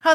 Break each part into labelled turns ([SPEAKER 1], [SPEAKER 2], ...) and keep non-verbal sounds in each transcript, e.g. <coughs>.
[SPEAKER 1] Hello，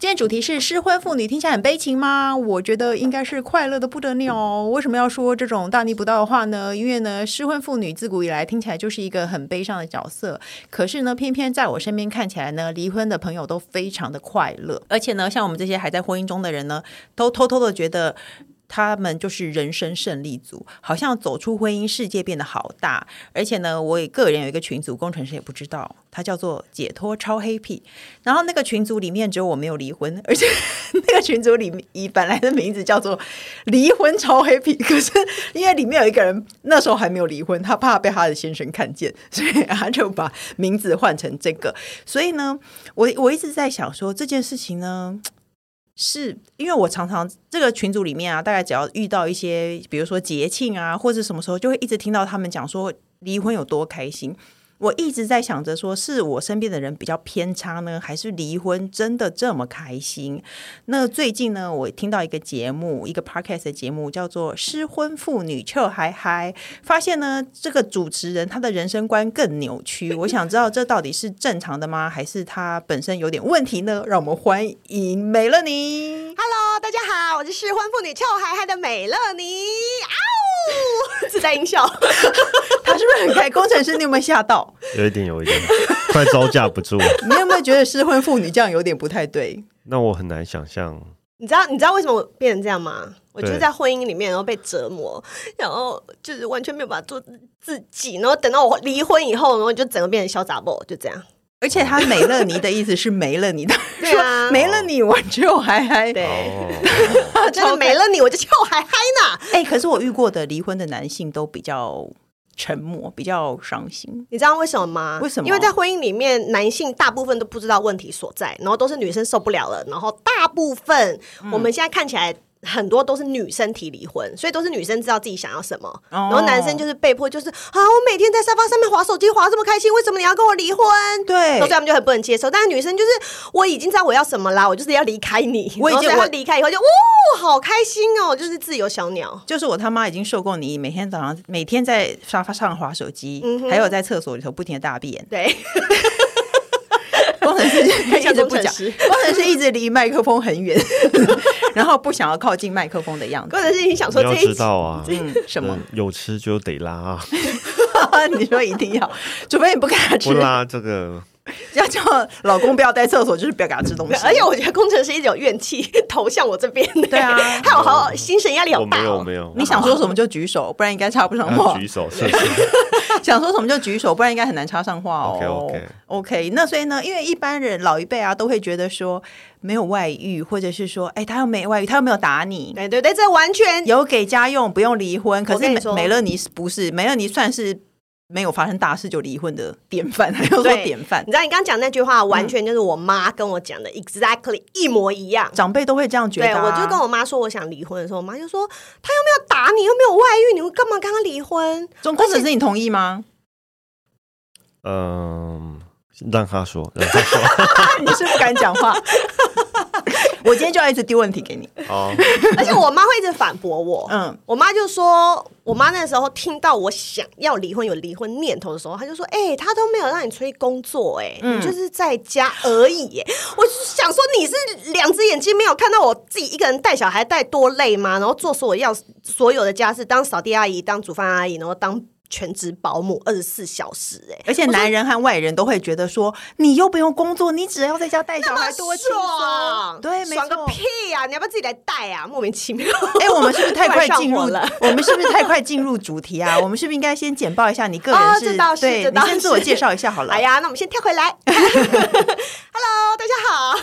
[SPEAKER 1] 今天主题是失婚妇女，听起来很悲情吗？我觉得应该是快乐的不得了哦。为什么要说这种大逆不道的话呢？因为呢，失婚妇女自古以来听起来就是一个很悲伤的角色。可是呢，偏偏在我身边看起来呢，离婚的朋友都非常的快乐，而且呢，像我们这些还在婚姻中的人呢，都偷偷的觉得。他们就是人生胜利组，好像走出婚姻世界变得好大。而且呢，我也个人有一个群组，工程师也不知道，它叫做“解脱超黑屁”。然后那个群组里面只有我没有离婚，而且 <laughs> 那个群组里面以本来的名字叫做“离婚超黑屁”，可是因为里面有一个人那时候还没有离婚，他怕被他的先生看见，所以他就把名字换成这个。所以呢，我我一直在想说这件事情呢，是因为我常常这个群组里面啊，大概只要遇到一些，比如说节庆啊，或者什么时候，就会一直听到他们讲说离婚有多开心。我一直在想着说，是我身边的人比较偏差呢，还是离婚真的这么开心？那最近呢，我听到一个节目，一个 podcast 的节目叫做《失婚妇女俏嗨嗨》，发现呢，这个主持人他的人生观更扭曲。我想知道这到底是正常的吗？还是他本身有点问题呢？让我们欢迎美乐妮。
[SPEAKER 2] Hello，大家好，我是失婚妇女臭嗨嗨的美乐妮。啊呜，自带音效。
[SPEAKER 1] <laughs>
[SPEAKER 2] <laughs>
[SPEAKER 1] 他是不是很开？工程师，你有没有吓到？
[SPEAKER 3] 有一点，有一点， <laughs> 快招架不住。
[SPEAKER 1] 你有没有觉得失婚妇女这样有点不太对？
[SPEAKER 3] 那我很难想
[SPEAKER 2] <laughs>
[SPEAKER 3] 象，
[SPEAKER 2] 你知道你知道为什么我变成这样吗？我就是
[SPEAKER 3] 对
[SPEAKER 2] 在婚姻里面，然后被折磨，然后就是完全没有办法做自己，然后等到我离婚以后，然后就整个变成小杂货，就这样。
[SPEAKER 1] 而且他没了你的意思是没了你的，
[SPEAKER 2] <laughs> 对啊
[SPEAKER 1] 说没了你我只有嗨嗨。
[SPEAKER 2] 对，
[SPEAKER 3] 哦，
[SPEAKER 2] 我真的没了你，我就臭嗨嗨呢。
[SPEAKER 1] 哎、可是我遇过的离婚的男性都比较沉默，比较伤心。
[SPEAKER 2] 你知道为什么吗？
[SPEAKER 1] 为什么
[SPEAKER 2] 因为在婚姻里面，男性大部分都不知道问题所在，然后都是女生受不了了，然后大部分
[SPEAKER 1] 嗯
[SPEAKER 2] 我们现在看起来。很多都是女生提离婚，所以都是女生知道自己想要什么，
[SPEAKER 1] 哦
[SPEAKER 2] 然后男生就是被迫就是啊，我每天在沙发上面划手机划这么开心，为什么你要跟我离婚？
[SPEAKER 1] 对
[SPEAKER 2] 所以他们就很不能接受。但是女生就是我已经知道我要什么啦，我就是要离开你。
[SPEAKER 1] 我已经
[SPEAKER 2] 然后所以
[SPEAKER 1] 我
[SPEAKER 2] 她离开以后就哇、好开心哦，就是自由小鸟。
[SPEAKER 1] 就是我他妈已经受够你每天早上每天在沙发上划手机，
[SPEAKER 2] 嗯哼。
[SPEAKER 1] 还有在厕所里头不停的大便
[SPEAKER 2] 对， <laughs>
[SPEAKER 1] 工程师
[SPEAKER 2] 看
[SPEAKER 1] 一
[SPEAKER 2] 向
[SPEAKER 1] 直不
[SPEAKER 2] 工程
[SPEAKER 1] 讲，
[SPEAKER 2] 师
[SPEAKER 1] 工程师一直离麦克风很远， <laughs> 然后不想要靠近麦克风的
[SPEAKER 2] <laughs>
[SPEAKER 1] 样子。
[SPEAKER 2] 或者是你想
[SPEAKER 3] 你
[SPEAKER 2] 说
[SPEAKER 3] 要
[SPEAKER 2] 这一
[SPEAKER 3] 知
[SPEAKER 2] 集
[SPEAKER 3] 道啊，
[SPEAKER 1] 嗯，什么
[SPEAKER 3] 人？有吃就得拉
[SPEAKER 2] <laughs>
[SPEAKER 3] 啊，
[SPEAKER 1] <laughs> 你说一定要，除非你不给他吃
[SPEAKER 3] 不，拉这个
[SPEAKER 1] 要叫老公不要在厕所，就是不要给他吃东
[SPEAKER 2] <laughs> 对
[SPEAKER 1] 西。
[SPEAKER 2] 而且我觉得工程师一直有怨气 <laughs> 投向我这边，
[SPEAKER 1] 对
[SPEAKER 2] <laughs>
[SPEAKER 1] 啊
[SPEAKER 2] 害我好心神压力好
[SPEAKER 3] 我没
[SPEAKER 2] 大
[SPEAKER 3] 有
[SPEAKER 2] 哦。啊
[SPEAKER 3] 没有，
[SPEAKER 1] 你想说什么就举
[SPEAKER 2] <laughs>
[SPEAKER 1] 手，不然应该插不上
[SPEAKER 3] 要
[SPEAKER 1] 话
[SPEAKER 3] 举。手，谢谢。
[SPEAKER 1] <laughs> 想说什么就举手，不然应该很难插上话哦。
[SPEAKER 3] OK，OK
[SPEAKER 1] OK，那所以呢，因为一般人老一辈啊，都会觉得说没有外遇，或者是说，哎，他又没外遇，他又没有打你，
[SPEAKER 2] 哎对对对，这完全
[SPEAKER 1] 有给家用，不用离婚。可
[SPEAKER 2] 我跟
[SPEAKER 1] 是
[SPEAKER 2] 你
[SPEAKER 1] 美
[SPEAKER 2] 说
[SPEAKER 1] 美乐妮不是，美乐妮算是没有发生大事就离婚的典范，还要说
[SPEAKER 2] 对
[SPEAKER 1] 典范
[SPEAKER 2] 你。知道你刚刚讲那句话，完全就是我妈跟我讲的 exactly 一模一样。
[SPEAKER 1] 长辈都会这样觉
[SPEAKER 2] 对，
[SPEAKER 1] 得、啊。
[SPEAKER 2] 我就跟我妈说我想离婚的时候，我妈就说她又没有打你，又没有外遇，你会干嘛跟她
[SPEAKER 1] <laughs>
[SPEAKER 2] 离婚？
[SPEAKER 1] 总工程师，你同意
[SPEAKER 2] <laughs>
[SPEAKER 1] 吗？
[SPEAKER 3] 嗯，让他说，让他
[SPEAKER 2] <laughs>
[SPEAKER 3] 说，
[SPEAKER 1] 你是不敢讲话。我今天就要一直丢问题给你。
[SPEAKER 3] 哦，
[SPEAKER 2] 而且我妈会一直反驳我。
[SPEAKER 1] 嗯，
[SPEAKER 2] 我妈就说，我妈那时候听到我想要离婚、有离婚念头的时候，她就说：“哎、她都没有让你出去工作、哎、
[SPEAKER 1] 嗯
[SPEAKER 2] 你就是在家而已、哎，我就想说，你是两只眼睛没有看到我自己一个人带小孩带多累吗？然后做所有要所有的家事，当扫地阿姨、当煮饭阿姨，然后当全职保姆，二十四小时、哎，
[SPEAKER 1] 而且男人和外人都会觉得说，你又不用工作，你只要在家带小孩，多轻松。
[SPEAKER 2] 爽啊
[SPEAKER 1] 对，没
[SPEAKER 2] 爽个
[SPEAKER 1] 错。
[SPEAKER 2] 屁呀、你要不要自己来带啊？莫名
[SPEAKER 1] <laughs>
[SPEAKER 2] 其妙。
[SPEAKER 1] 哎、我们是不是太快进入
[SPEAKER 2] <laughs> 突然上火了？
[SPEAKER 1] 我们是不是太快进入主题啊？ <laughs> 我们是不是应该先简报一下你个
[SPEAKER 2] 哦
[SPEAKER 1] 人是？
[SPEAKER 2] 这倒是
[SPEAKER 1] 对，
[SPEAKER 2] 这
[SPEAKER 1] 你
[SPEAKER 2] 倒
[SPEAKER 1] 先自我
[SPEAKER 2] 是
[SPEAKER 1] 介绍一下好了。
[SPEAKER 2] <laughs> 哎呀，那我们先跳回来。Hello，大家好，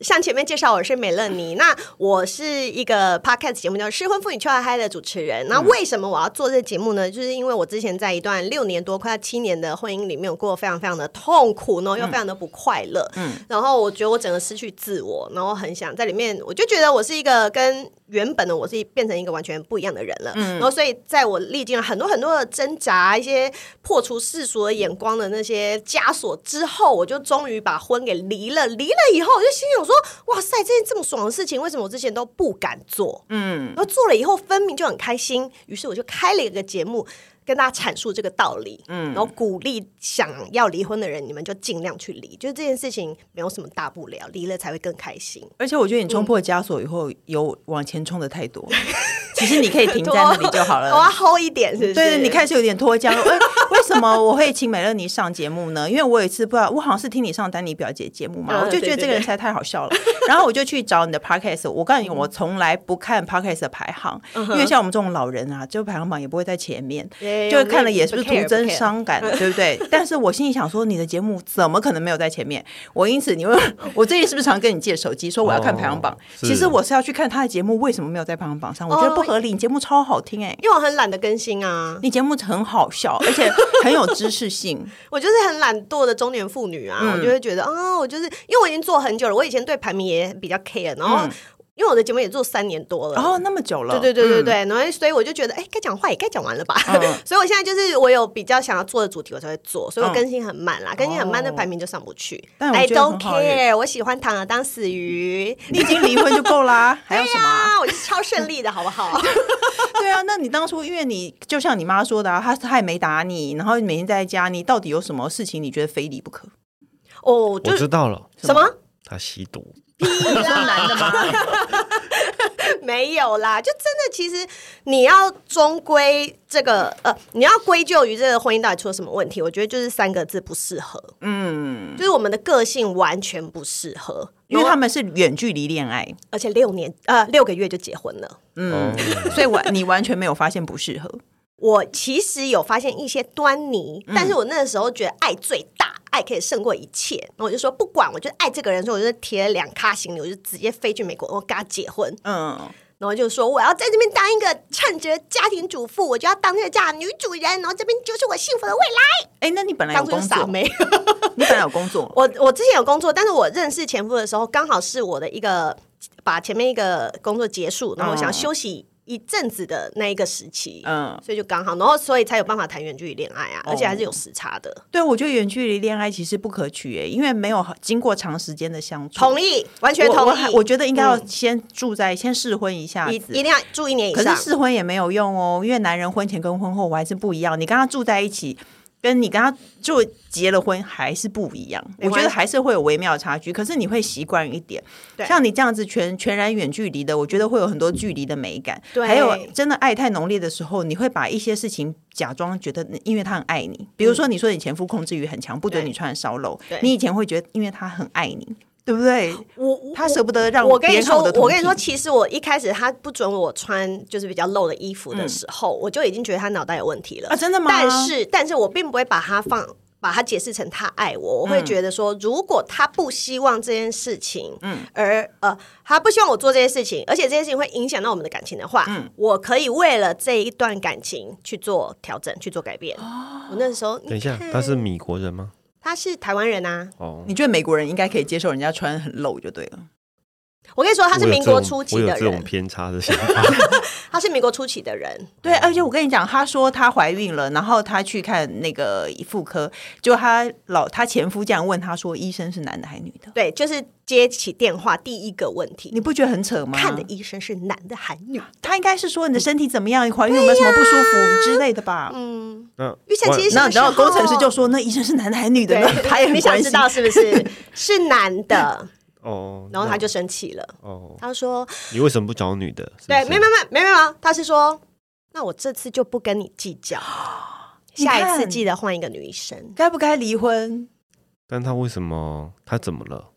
[SPEAKER 2] 像前面介绍，我是美乐妮，那我是一个 podcast 节目叫《失婚妇女俏嗨》的主持人。
[SPEAKER 1] 嗯
[SPEAKER 2] 那为什么我要做这个节目呢？就是因为我之前在一段六年多、快要七年的婚姻里面，我过得非常非常的痛苦，然后
[SPEAKER 1] 嗯
[SPEAKER 2] 又非常的不快乐。嗯，然后我觉得我整个失去自我，然后很想在里面，我就觉得我是一个跟原本的我是变成一个完全不一样的人了。嗯，然后所以在我历经了很多很多的挣扎，一些破除世俗的眼光的那些枷锁之后，我就终于把婚给离了。离了以后，我就心里想说：哇塞，这件这么爽的事情，为什么我之前都不敢做？嗯，然后做了以后，分明就很开心。于是我就开了一个节目。跟大家阐述这个道理，嗯，然后鼓励想要离婚的人，你们就尽量去离，就是这件事情没有什么大不了，离了才会更开心。
[SPEAKER 1] 而且我觉得你冲
[SPEAKER 2] 嗯
[SPEAKER 1] 破枷锁以后，有往前冲的太多，其实你
[SPEAKER 2] <laughs>
[SPEAKER 1] 可以停在那里就好
[SPEAKER 2] 啊我要
[SPEAKER 1] 了。
[SPEAKER 2] hold 一点，是不是？
[SPEAKER 1] 对，你开始有点脱缰。为 <laughs> 为什么我会请美乐妮上节目呢？因为我有一次不知道，我好像是听你上丹尼表姐节目嘛，
[SPEAKER 2] 嗯
[SPEAKER 1] 我就觉得
[SPEAKER 2] 对对
[SPEAKER 1] 这个人
[SPEAKER 2] 对嗯
[SPEAKER 1] 实在太好笑了。 <laughs> 然后我就去找你的 podcast，我告诉你，我从来不看 podcast 的排行，因为像我们这种老人啊，就排行榜也不会在前面，
[SPEAKER 2] 对
[SPEAKER 1] 就
[SPEAKER 2] 我们
[SPEAKER 1] 看了也
[SPEAKER 2] 不
[SPEAKER 1] 是
[SPEAKER 2] care，
[SPEAKER 1] 徒
[SPEAKER 2] 不
[SPEAKER 1] 增
[SPEAKER 2] care
[SPEAKER 1] 伤
[SPEAKER 2] <laughs>
[SPEAKER 1] 感，对不对？但是我心里想说，你的节目怎么可能没有在前面？我因此你问 <laughs> 我最近是不是常跟你借手机说我要看排行榜
[SPEAKER 3] 哦？是
[SPEAKER 1] 其实我是要去看他的节目为什么没有在排行榜上，我觉
[SPEAKER 2] 哦
[SPEAKER 1] 得不合理。你节目超好听哎，
[SPEAKER 2] 因为我很懒得更新啊，
[SPEAKER 1] 你节目很好笑，而且很有知识
[SPEAKER 2] <laughs>
[SPEAKER 1] 性。
[SPEAKER 2] 我就是很懒惰的中年妇女啊，我就会觉得，啊，我就是因为我已经做很久了，我以前对排名也比较 care，然后、因为我的节目也做三年多了，
[SPEAKER 1] 然后那么久了，
[SPEAKER 2] 嗯哦对对对对
[SPEAKER 1] 嗯
[SPEAKER 2] 嗯对，然后所以我就觉得，哎，该讲话也该讲完了吧。 <laughs> 所以我现在就是我有比较想要做的主题，我才会做，所以我更新很慢啦，更新很慢，那排名就上不去。
[SPEAKER 1] 但我
[SPEAKER 2] I
[SPEAKER 1] 觉得
[SPEAKER 2] don't
[SPEAKER 1] 很好耶
[SPEAKER 2] care，我喜欢躺着当死鱼。
[SPEAKER 1] 你已经离婚就够啦，还有什么啊？
[SPEAKER 2] 啊，我是超顺利的，好不 <laughs> 好？
[SPEAKER 1] 对啊，那你当初因为你就像你妈说的、啊，她她也没打你，然后你每天在家，你到底有什么事情你觉得非离不可？
[SPEAKER 2] 哦，就
[SPEAKER 3] 我知
[SPEAKER 2] 是
[SPEAKER 3] 道了，
[SPEAKER 2] 什么？
[SPEAKER 3] 他吸毒，
[SPEAKER 1] 你是男的吗？
[SPEAKER 2] <laughs> 没有啦，就真的，其实你要终归这个呃，你要归咎于这个婚姻到底出了什么问题，我觉得就是三个字不适合，
[SPEAKER 1] 嗯，
[SPEAKER 2] 就是我们的个性完全不适合，
[SPEAKER 1] 因为
[SPEAKER 2] 然后
[SPEAKER 1] 他们是远距离恋爱，
[SPEAKER 2] 而且六年呃六个月就结婚了。
[SPEAKER 3] 嗯，
[SPEAKER 1] 所以完 <laughs> 你完全没有发现不适合。
[SPEAKER 2] 我其实有发现一些端倪，
[SPEAKER 1] 嗯
[SPEAKER 2] 但是我那时候觉得爱最大，爱可以胜过一切。然后我就说不管，我就爱这个人，所以我就铁了两咖行李，我就直接飞去美国，我跟他结婚。
[SPEAKER 1] 嗯，
[SPEAKER 2] 然后就说我要在这边当一个称职的家庭主妇，我就要当这个家的女主人，然后这边就是我幸福的未来。
[SPEAKER 1] 哎、那你本来有
[SPEAKER 2] 当初
[SPEAKER 1] 工
[SPEAKER 2] 就傻
[SPEAKER 1] 作，
[SPEAKER 2] 妹。
[SPEAKER 1] <laughs>
[SPEAKER 2] <laughs>
[SPEAKER 1] 你本来有工作，
[SPEAKER 2] 我我之前有工作，但是我认识前夫的时候，刚好是我的一个把前面一个工作结束，然后我想休息一阵子的那一个时期，
[SPEAKER 1] 嗯
[SPEAKER 2] <laughs> 嗯，所以就刚好，然后所以才有办法谈远距离恋爱啊，
[SPEAKER 1] 哦
[SPEAKER 2] 而且还是有时差的。
[SPEAKER 1] 对我觉得远距离恋爱其实不可取、哎，因为没有经过长时间的相处。
[SPEAKER 2] 同意，完全
[SPEAKER 1] 我
[SPEAKER 2] 同
[SPEAKER 1] 我
[SPEAKER 2] 意。
[SPEAKER 1] 我觉得应该要
[SPEAKER 2] 嗯
[SPEAKER 1] 先住在、先试婚一下
[SPEAKER 2] 一
[SPEAKER 1] 子
[SPEAKER 2] 一。定要住一年以
[SPEAKER 1] 可
[SPEAKER 2] 上
[SPEAKER 1] 是。试婚也没有用哦，因为男人婚前跟婚后还是不一样。你跟他住在一起，跟你跟他就结了婚还是不一样。
[SPEAKER 2] 没
[SPEAKER 1] 我
[SPEAKER 2] 关系
[SPEAKER 1] 觉得还是会有微妙差距，可是你会习惯一点。
[SPEAKER 2] 对
[SPEAKER 1] 像你这样子全全然远距离的，我觉得会有很多距离的美感。
[SPEAKER 2] 对
[SPEAKER 1] 还有真的爱太浓烈的时候，你会把一些事情假装觉得，嗯因为他很爱你。比如说，你说你前夫控制欲很强，不准
[SPEAKER 2] 对
[SPEAKER 1] 你穿烧肉
[SPEAKER 2] 对，
[SPEAKER 1] 你以前会觉得，因为他很爱你，对不对？
[SPEAKER 2] 我我
[SPEAKER 1] 他舍不得让
[SPEAKER 2] 我跟
[SPEAKER 1] 别人
[SPEAKER 2] 你
[SPEAKER 1] 看
[SPEAKER 2] 说，
[SPEAKER 1] 我的
[SPEAKER 2] 我跟你
[SPEAKER 1] 同
[SPEAKER 2] 说，
[SPEAKER 1] 体
[SPEAKER 2] 其实我一开始他不准我穿就是比较露的衣服的时候，我就已经觉得他脑袋有问题了
[SPEAKER 1] 嗯啊真的吗
[SPEAKER 2] 但是，但是我并不会把他放。把它解释成他爱我，我会觉得说，如果他不希望这件事情，嗯，而呃，他不希望我做这件事情，而且这件事情会影响到我们的感情的话，嗯，我可以为了这一段感情去做调整，去做改变。
[SPEAKER 1] 哦
[SPEAKER 2] 我那时候，
[SPEAKER 3] 等一下，他是米国人吗？
[SPEAKER 2] 他是台湾人啊，
[SPEAKER 3] 哦，
[SPEAKER 1] 你觉得美国人应该可以接受人家穿很露就对了。
[SPEAKER 2] 哦我跟你说，他是
[SPEAKER 3] 我有
[SPEAKER 2] 民
[SPEAKER 3] 这
[SPEAKER 2] 国
[SPEAKER 3] 种
[SPEAKER 2] 初
[SPEAKER 3] 我
[SPEAKER 2] 期
[SPEAKER 3] 有
[SPEAKER 2] 的
[SPEAKER 3] 这种
[SPEAKER 2] 人，
[SPEAKER 3] 偏差的想
[SPEAKER 2] <laughs>
[SPEAKER 3] 法，
[SPEAKER 2] 他是民国初期的人，
[SPEAKER 1] 对，而且我跟你讲，她说她怀孕了，然后她去看那个妇科，就她老她前夫这样问她说，医生是男的还是女的？
[SPEAKER 2] 对，就是接起电话第一个问题，
[SPEAKER 1] 你不觉得很扯吗？啊
[SPEAKER 2] 看的医生是男的还女？
[SPEAKER 1] 他应该是说你的身体怎么样，你怀孕有没有什么不舒服之类的吧？
[SPEAKER 2] 嗯，
[SPEAKER 3] 那
[SPEAKER 2] 玉成
[SPEAKER 3] 我
[SPEAKER 2] 其实
[SPEAKER 1] 那
[SPEAKER 2] 什么
[SPEAKER 1] 你知道
[SPEAKER 2] 时候
[SPEAKER 1] 工程师就说那医生是男的还是女的
[SPEAKER 2] 对
[SPEAKER 1] 呢？他也，很
[SPEAKER 2] 你想
[SPEAKER 1] 关
[SPEAKER 2] 知
[SPEAKER 1] 心。
[SPEAKER 2] 道是不
[SPEAKER 1] <laughs>
[SPEAKER 2] 是是男的？
[SPEAKER 3] 哦，
[SPEAKER 2] 然后他
[SPEAKER 3] 那
[SPEAKER 2] 就生气了，
[SPEAKER 3] 哦，
[SPEAKER 2] 他说
[SPEAKER 3] 你为什么不找女的？：“是不
[SPEAKER 2] 对，
[SPEAKER 3] 是
[SPEAKER 2] 没没没没没有，啊他是说，那我这次就不跟你计
[SPEAKER 1] <gasps>
[SPEAKER 2] 较，
[SPEAKER 1] 你
[SPEAKER 2] 下一次
[SPEAKER 1] 看
[SPEAKER 2] 记得换一个女医生。
[SPEAKER 1] 该不该离婚？
[SPEAKER 3] 但他为什么？他怎么
[SPEAKER 2] <laughs>
[SPEAKER 3] 了？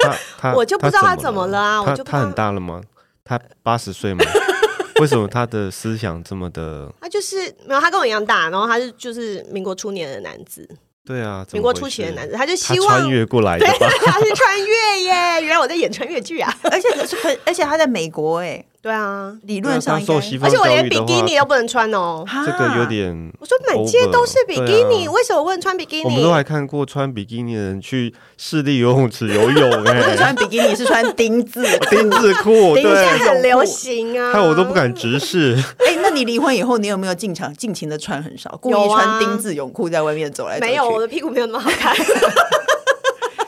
[SPEAKER 3] 他他
[SPEAKER 2] 我就不知道他怎么了啊
[SPEAKER 3] 他
[SPEAKER 2] 我就不知道
[SPEAKER 3] 他很大了吗？他八十岁吗？ <laughs> 为什么他的思想这么的？”
[SPEAKER 2] 他就是没有，他跟我一样大，然后他是就是民国初年的男子，
[SPEAKER 3] 对啊，怎
[SPEAKER 2] 民国
[SPEAKER 3] 么回
[SPEAKER 2] 初期
[SPEAKER 3] 事
[SPEAKER 2] 的男子，他就
[SPEAKER 3] 他
[SPEAKER 2] 希望
[SPEAKER 3] 穿越过来的
[SPEAKER 2] 对，
[SPEAKER 3] 吧？
[SPEAKER 2] <laughs> 他是穿越对耶，原来我在演穿越
[SPEAKER 1] <laughs>
[SPEAKER 2] 剧啊！
[SPEAKER 1] 而且可是可，而且他在美国哎、
[SPEAKER 2] 对啊，
[SPEAKER 1] 理
[SPEAKER 3] 对啊
[SPEAKER 1] 论上
[SPEAKER 3] 他
[SPEAKER 1] 应该
[SPEAKER 3] 受西
[SPEAKER 2] 而
[SPEAKER 3] 方
[SPEAKER 2] 且我
[SPEAKER 3] 教
[SPEAKER 2] 连
[SPEAKER 3] 育
[SPEAKER 2] 比
[SPEAKER 3] 的
[SPEAKER 2] 基尼都
[SPEAKER 3] 话，
[SPEAKER 2] 不能穿哦。
[SPEAKER 3] 这个有点
[SPEAKER 2] 我说满街都是
[SPEAKER 3] over
[SPEAKER 2] 比基尼，
[SPEAKER 3] 对啊
[SPEAKER 2] 为什么不能穿比基尼？
[SPEAKER 3] 我们都还看过穿比基尼的人去市立游泳池游
[SPEAKER 2] <laughs>
[SPEAKER 3] 泳、
[SPEAKER 1] 不是
[SPEAKER 3] 哎，
[SPEAKER 1] 穿比基尼，是穿丁字。
[SPEAKER 3] 哦丁字裤，
[SPEAKER 1] 丁字
[SPEAKER 2] 现在
[SPEAKER 3] 对，
[SPEAKER 2] 很流行啊，
[SPEAKER 3] 害我都不。敢直视。
[SPEAKER 1] <laughs> 哎、那你离婚以后，你有没有经常尽情的穿很少，故
[SPEAKER 2] 有
[SPEAKER 1] 意
[SPEAKER 2] 啊
[SPEAKER 1] 穿丁字泳裤在外面走来走去？
[SPEAKER 2] 没有，我的屁股没有那么好看。 <laughs>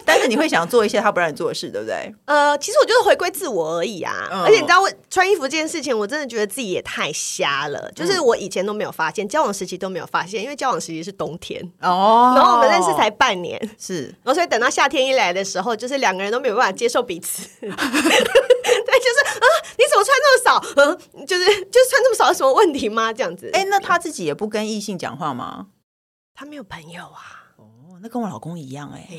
[SPEAKER 1] 但是你会想做一些他不让你做的事，对不对？
[SPEAKER 2] 呃，其实我就是回归自我而已啊。
[SPEAKER 1] 嗯
[SPEAKER 2] 而且你知道我，穿衣服这件事情，我真的觉得自己也太瞎
[SPEAKER 1] 嗯
[SPEAKER 2] 了。就是我以前都没有发现，交往时期都没有发现，因为交往时期是冬天，
[SPEAKER 1] 哦
[SPEAKER 2] 然后我们认识才半年，
[SPEAKER 1] 是
[SPEAKER 2] 然后所以等到夏天一来的时候，就是两个人都没有办法接受彼此。 <laughs> 对，就是啊，你怎么穿那么少？嗯，就是就是穿这么少有什么问题吗？这样子。
[SPEAKER 1] 哎、那他自己也不跟异性讲话吗？
[SPEAKER 2] 他没有朋友啊。
[SPEAKER 1] 哦，那跟我老公一样哎、
[SPEAKER 2] 哎、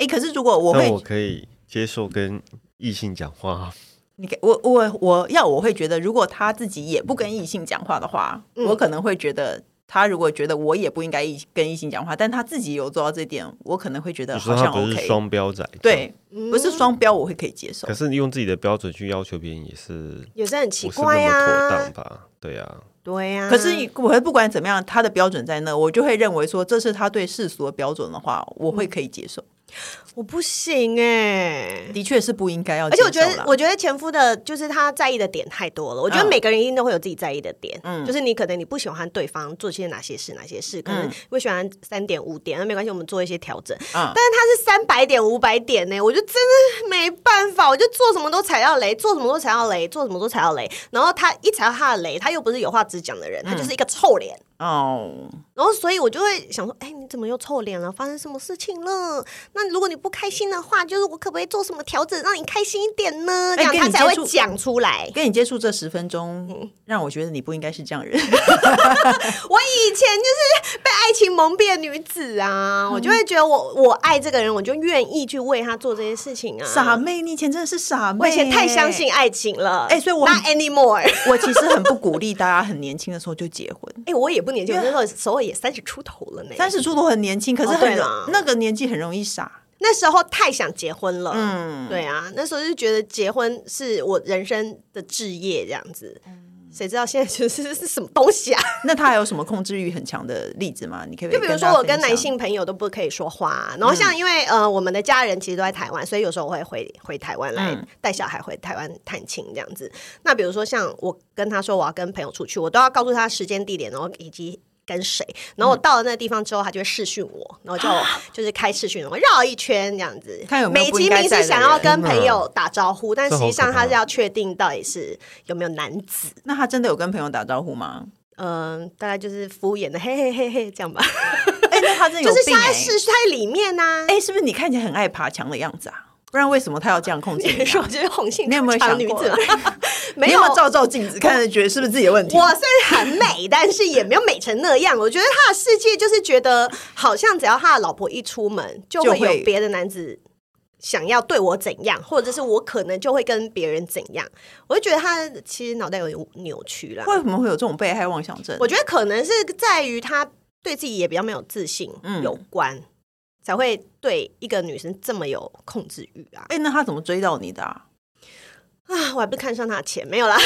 [SPEAKER 1] 哎、可是如果我
[SPEAKER 3] 那
[SPEAKER 1] 会，
[SPEAKER 3] 我可以接受跟异性讲话，
[SPEAKER 1] 你给我我我要我会觉得，如果他自己也不跟异性讲话的话，
[SPEAKER 2] 嗯
[SPEAKER 1] 我可能会觉得他如果觉得我也不应该异跟异性讲话，但他自己有做到这点，我可能会觉得
[SPEAKER 3] 你
[SPEAKER 1] 好
[SPEAKER 3] 说他
[SPEAKER 1] 像
[SPEAKER 3] 不是
[SPEAKER 1] OK。
[SPEAKER 3] 双标仔，，
[SPEAKER 1] 对，
[SPEAKER 2] 嗯
[SPEAKER 1] 不是双标，我会可以接受
[SPEAKER 3] 可。是你用自己的标准去要求别人也是
[SPEAKER 2] 也是很奇
[SPEAKER 3] 不是那
[SPEAKER 2] 怪呀、
[SPEAKER 3] 么妥
[SPEAKER 2] 啊
[SPEAKER 3] 当，吧？对啊，
[SPEAKER 2] 对呀、
[SPEAKER 1] 可是你我会不管怎么样，他的标准在那，我就会认为说这是他对世俗的标准的话，我会可以接受。
[SPEAKER 2] 我不行哎、
[SPEAKER 1] 的确是不应该要
[SPEAKER 2] 而
[SPEAKER 1] 接
[SPEAKER 2] 且
[SPEAKER 1] 受啦，
[SPEAKER 2] 我觉得，我觉得前夫的就是他在意的点太多了。我觉得
[SPEAKER 1] 嗯
[SPEAKER 2] 每个人一定都会有自己在意的点，
[SPEAKER 1] 嗯
[SPEAKER 2] 就是你可能你不喜欢对方做些哪些事，哪些事，可能会喜欢三点五点，那没关系，我们做一些调整。
[SPEAKER 1] 嗯
[SPEAKER 2] 但是他是三百点、五百点呢、我就真的没办法，我就做什么都踩到雷，做什么都踩到雷，做什么都踩到雷。然后他一踩到他的雷，他又不是有话直讲的人，
[SPEAKER 1] 嗯
[SPEAKER 2] 他就是一个臭脸。
[SPEAKER 1] 哦，
[SPEAKER 2] 然后，所以我就会想说，哎，你怎么又臭脸了？发生什么事情了？那如果你不开心的话，就是我可不可以做什么调整，让你开心一点呢？这
[SPEAKER 1] 哎
[SPEAKER 2] 样
[SPEAKER 1] 跟
[SPEAKER 2] 他
[SPEAKER 1] 你
[SPEAKER 2] 才
[SPEAKER 1] 接
[SPEAKER 2] 会
[SPEAKER 1] 触
[SPEAKER 2] 讲出来。
[SPEAKER 1] 跟你接触这十分钟，让我觉得你不应该是这样人。
[SPEAKER 2] <laughs> 我以前就是被爱情蒙蔽的女子啊，我就会觉得我我爱这个人，我就愿意去为他做这些事情啊。
[SPEAKER 1] <laughs> 傻妹，你以前真的是傻妹，
[SPEAKER 2] 我以前太相。信爱情了。
[SPEAKER 1] 哎所以我
[SPEAKER 2] not anymore。
[SPEAKER 1] <laughs> 我其实很不鼓励大家很年轻的时候就结婚，
[SPEAKER 2] <laughs> 哎，我也不年轻，我那时候首尔也三十出头了呢。
[SPEAKER 1] 三十出头很年轻，可是很容、
[SPEAKER 2] 哦对啦
[SPEAKER 1] 那个年纪很容易傻。
[SPEAKER 2] 那时候太想结婚了，嗯，
[SPEAKER 1] 嗯
[SPEAKER 2] 对啊，那时候就觉得结婚是我人生的置业这样子。谁知道现在就是是什么东西啊？
[SPEAKER 1] 那他还有什么控制欲很强的例子吗？你可不可以
[SPEAKER 2] 就比如说
[SPEAKER 1] 大家
[SPEAKER 2] 我跟
[SPEAKER 1] 分享嗯
[SPEAKER 2] 男性朋友都不可以说话、然后像因为、呃我们的家人其实都在台湾，所以有时候我会回回台湾来
[SPEAKER 1] 嗯
[SPEAKER 2] 带小孩回台湾探亲这样子。那比如说像我跟他说我要跟朋友出去，我都要告诉他时间、地点，然后以及。跟谁？然后我到了那个地方之后，他就会视讯我，然后叫我就是开视讯，我绕一圈这样子。
[SPEAKER 1] 啊看有没有
[SPEAKER 2] 美
[SPEAKER 1] 不
[SPEAKER 2] 其
[SPEAKER 1] 应该
[SPEAKER 2] 名
[SPEAKER 1] 在的
[SPEAKER 2] 是想要
[SPEAKER 1] 人
[SPEAKER 2] 跟朋
[SPEAKER 3] 天哪
[SPEAKER 2] 友打招呼，但实
[SPEAKER 3] 这好
[SPEAKER 2] 际
[SPEAKER 3] 可
[SPEAKER 2] 上他
[SPEAKER 3] 怕
[SPEAKER 2] 是要确定到底是有没有男子。
[SPEAKER 1] 那他真的有跟朋友打招呼
[SPEAKER 2] <laughs>
[SPEAKER 1] 吗？
[SPEAKER 2] 嗯、大概就是敷衍的，嘿嘿嘿嘿这样吧。
[SPEAKER 1] 哎、那他真的
[SPEAKER 2] 就
[SPEAKER 1] 有
[SPEAKER 2] 是
[SPEAKER 1] 病、
[SPEAKER 2] 现
[SPEAKER 1] 欸。
[SPEAKER 2] 在是在里面啊呐、
[SPEAKER 1] 哎、是不是你看起来很爱爬墙的样子啊？不然为什么他要这样控制你、
[SPEAKER 2] 你说我
[SPEAKER 1] 啊？
[SPEAKER 2] <laughs> 就是红杏
[SPEAKER 1] 你有没有
[SPEAKER 2] 出墙
[SPEAKER 1] 想
[SPEAKER 2] 女
[SPEAKER 1] 过
[SPEAKER 2] <laughs> 子吗？没
[SPEAKER 1] 你
[SPEAKER 2] 有
[SPEAKER 1] 有，没有照照镜子，看着觉得是不是自己的问题？
[SPEAKER 2] 我虽然很美，但是也没有美成那样。我觉得他的世界就是觉得，好像只要他的老婆一出门，就
[SPEAKER 1] 就
[SPEAKER 2] 会有
[SPEAKER 1] 会
[SPEAKER 2] 别的男子想要对我怎样，或者是我可能就会跟别人怎样。我就觉得他其实脑袋有点扭曲啦。
[SPEAKER 1] 为什么会有这种被害妄想症？
[SPEAKER 2] 我觉得可能是在于他对自己也比较没有自信
[SPEAKER 1] 嗯
[SPEAKER 2] 有关，才会对一个女生这么有控制欲啊。
[SPEAKER 1] 哎、那他怎么追到你的、
[SPEAKER 2] <laughs>
[SPEAKER 1] 啊？
[SPEAKER 2] 啊，我还不是看上他的钱，没有啦。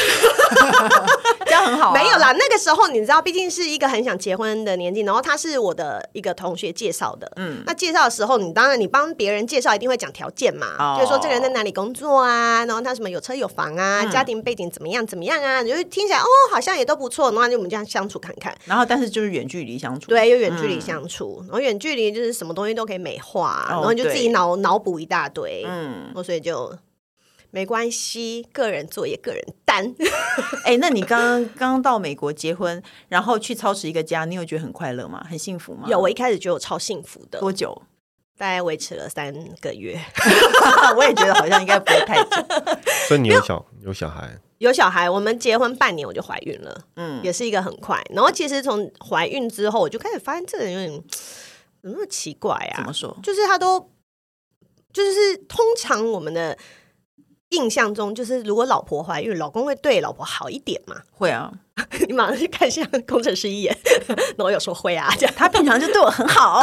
[SPEAKER 1] 这样很好、啊
[SPEAKER 2] <laughs> 没有。啦，那个时候你知道，毕竟是一个很想结婚的年纪，然后他是我的一个同学介绍的。
[SPEAKER 1] 嗯
[SPEAKER 2] 那介绍的时候，你当然你帮别人介绍，一定会讲条件嘛，
[SPEAKER 1] 哦
[SPEAKER 2] 就是说这个人在哪里工作啊，然后他什么有车有房啊，
[SPEAKER 1] 嗯
[SPEAKER 2] 家庭背景怎么样怎么样啊，你就听起来哦，好像也都不错，然后就我们这样相处看看。
[SPEAKER 1] 然后，但是就是远距离相处。嗯
[SPEAKER 2] 对，又远距离相处，然后远距离就是什么东西都可以美化，然后你就自己
[SPEAKER 1] 哦对
[SPEAKER 2] 脑脑补一大堆，
[SPEAKER 1] 嗯，
[SPEAKER 2] 然后所以就没关系，个人作业个人担。
[SPEAKER 1] 哎、那你刚刚刚刚到美国结婚，然后去操持一个家，你有觉得很快乐吗？很幸福吗？
[SPEAKER 2] 有，我一开始觉得我超幸福的，
[SPEAKER 1] 多久？ <laughs>
[SPEAKER 2] 大概维持了三个月。 <laughs>
[SPEAKER 1] 我也觉得好像应该不会太久。
[SPEAKER 3] 所以你有小有小孩，
[SPEAKER 2] 有小孩，我们结婚半年我就怀孕了，
[SPEAKER 1] 嗯，
[SPEAKER 2] 也是一个很快。然后其实从怀孕之后，我就开始发现这个人有点怎么那么奇怪
[SPEAKER 1] 怎
[SPEAKER 2] 啊
[SPEAKER 1] 么，说？
[SPEAKER 2] 就是他都就是通常我们的印象中，就是如果老婆怀孕，老公会对老婆好一点嘛。 <laughs>
[SPEAKER 1] 会啊，
[SPEAKER 2] 你马上去看向工程师一眼， <laughs> 然后有时候会啊这样。
[SPEAKER 1] 他平常就对我很好。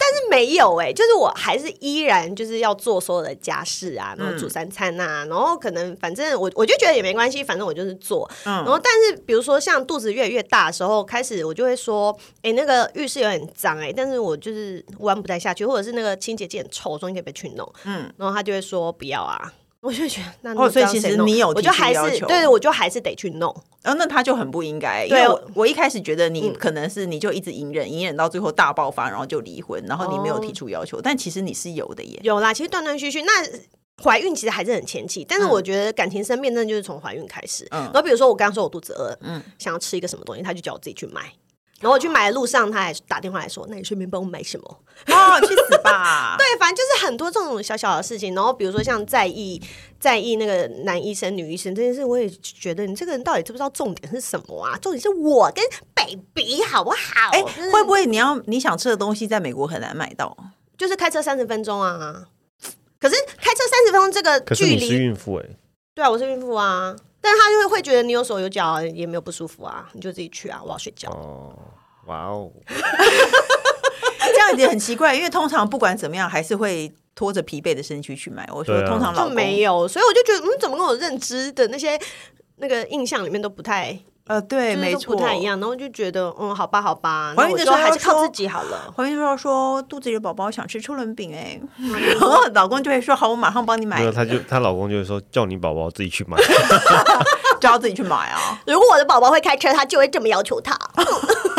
[SPEAKER 2] 但是没有哎、就是我还是依然就是要做所有的家事啊，
[SPEAKER 1] 嗯
[SPEAKER 2] 然后煮三餐啊，然后可能反正我我就觉得也没关系，反正我就是做。
[SPEAKER 1] 嗯
[SPEAKER 2] 然后但是比如说像肚子越来越大的时候，开始我就会说，哎、那个浴室有点脏哎、但是我就是弯不太下去，或者是那个清洁剂很臭，中间被去弄，嗯，然后他就会说不要啊。我就觉得那那
[SPEAKER 1] 哦所以
[SPEAKER 2] 这样
[SPEAKER 1] 其实
[SPEAKER 2] 谁弄
[SPEAKER 1] 你有
[SPEAKER 2] 我就
[SPEAKER 1] 提出
[SPEAKER 2] 还
[SPEAKER 1] 要
[SPEAKER 2] 是
[SPEAKER 1] 求
[SPEAKER 2] 对，我就还是得去弄。
[SPEAKER 1] 然哦后那他就很不应该，因
[SPEAKER 2] 对
[SPEAKER 1] 为
[SPEAKER 2] 哦嗯我
[SPEAKER 1] 我我一开始觉得你可能是你就一直隐忍，隐忍到最后大爆发，然后就离婚，然后你没
[SPEAKER 2] 哦
[SPEAKER 1] 有提出要求，但其实你是有的
[SPEAKER 2] <laughs>
[SPEAKER 1] 耶。
[SPEAKER 2] 有啦，其实断断续续，那怀孕其实还是很前期，但是我觉得感情生变真的就是从怀孕开始。
[SPEAKER 1] 嗯
[SPEAKER 2] 然后比如说我刚刚说我肚子饿，
[SPEAKER 1] 嗯
[SPEAKER 2] 嗯，想要吃一个什么东西，他就叫我自己去买。然后我去买的路上，他还打电话来说：“那你顺便帮我买什么啊
[SPEAKER 1] 哦，去死吧！对，？”
[SPEAKER 2] 对，反正就是很多这种小小的事情。然后比如说像在意在意那个男医生、女医生这件事，我也觉得你这个人到底知不知道重点是什么啊？重点是我跟 baby 好不好？
[SPEAKER 1] <laughs> 哎、
[SPEAKER 2] 就是
[SPEAKER 1] 会不会你要你想吃的东西在美国很难买到？
[SPEAKER 2] 就是开车三十分钟啊？可是开车三十分钟这个
[SPEAKER 3] 可是
[SPEAKER 2] 距
[SPEAKER 3] 你
[SPEAKER 2] 离
[SPEAKER 3] 是孕妇哎、
[SPEAKER 2] 对啊，我是孕妇啊，但是他就会会觉得你有手有脚啊也没有不舒服啊，你就自己去啊，我要睡觉。
[SPEAKER 3] 哦，哇哦，
[SPEAKER 1] 这样也很奇怪，因为通常不管怎么样，还是会拖着疲惫的身躯去买。我说
[SPEAKER 3] 对啊
[SPEAKER 1] 通常老
[SPEAKER 2] 就
[SPEAKER 1] 公
[SPEAKER 2] 没有，所以我就觉得，嗯，怎么跟我认知的那些那个印象里面都不太，
[SPEAKER 1] 呃，对，
[SPEAKER 2] 就是
[SPEAKER 1] 没
[SPEAKER 2] 都
[SPEAKER 1] 错，
[SPEAKER 2] 不太一。样，然后就觉得，嗯，好吧，好吧，
[SPEAKER 1] 怀
[SPEAKER 2] 那
[SPEAKER 1] 孕
[SPEAKER 2] 我
[SPEAKER 1] 的
[SPEAKER 2] 就
[SPEAKER 1] 时候
[SPEAKER 2] 还是
[SPEAKER 1] 要
[SPEAKER 2] 靠
[SPEAKER 1] 说
[SPEAKER 2] 自己好了。
[SPEAKER 1] 怀孕说说肚子里有宝宝想吃车轮饼哎、
[SPEAKER 2] 嗯
[SPEAKER 1] <laughs> 然后老公就会说好，我马上帮你买
[SPEAKER 3] 没，有，她就她老公就会说叫你宝宝自己去
[SPEAKER 1] <laughs>
[SPEAKER 3] 买，
[SPEAKER 1] 就要自己去买啊。
[SPEAKER 2] <laughs> 如果我的宝宝会开车，他就会这么要求他。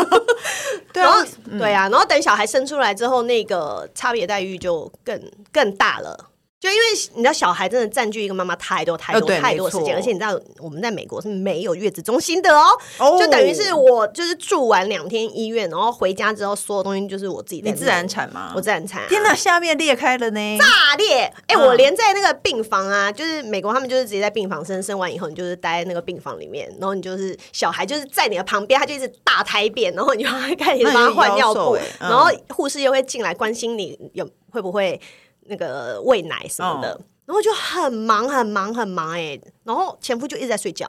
[SPEAKER 1] 对
[SPEAKER 2] 然
[SPEAKER 1] 啊
[SPEAKER 2] 后，， <laughs> 对啊，然后等小孩生出来之后，那个差别待遇就更更大了。就因为你知道，小孩真的占据一个妈妈太多太
[SPEAKER 1] 呃
[SPEAKER 2] 多、
[SPEAKER 1] 对
[SPEAKER 2] 太
[SPEAKER 1] 没
[SPEAKER 2] 多的时
[SPEAKER 1] 错
[SPEAKER 2] 间，而且你知道，我们在美国是没有月子中心的哦。
[SPEAKER 1] 哦
[SPEAKER 2] 就等于是我就是住完两天医院，然后回家之后，所有东西就是我自己
[SPEAKER 1] 你
[SPEAKER 2] 在弄
[SPEAKER 1] 自然，产吗？
[SPEAKER 2] 我自然产、啊。
[SPEAKER 1] 天哪，下面裂开了呢！
[SPEAKER 2] 炸裂！哎、
[SPEAKER 1] 嗯
[SPEAKER 2] 我连在那个病房啊，就是美国他们就是直接在病房生，生完以后你就是待在那个病房里面，然后你就是小孩就是在你的旁边，他就一直大胎便，然后你就要开始帮他换
[SPEAKER 1] 那你就腰
[SPEAKER 2] 尿布，
[SPEAKER 1] 瘦欸嗯
[SPEAKER 2] 然后护士又会进来关心你有会不会那个喂奶什么
[SPEAKER 1] 嗯
[SPEAKER 2] 的，然后就很忙很忙很忙哎、然后前夫就一直在睡觉，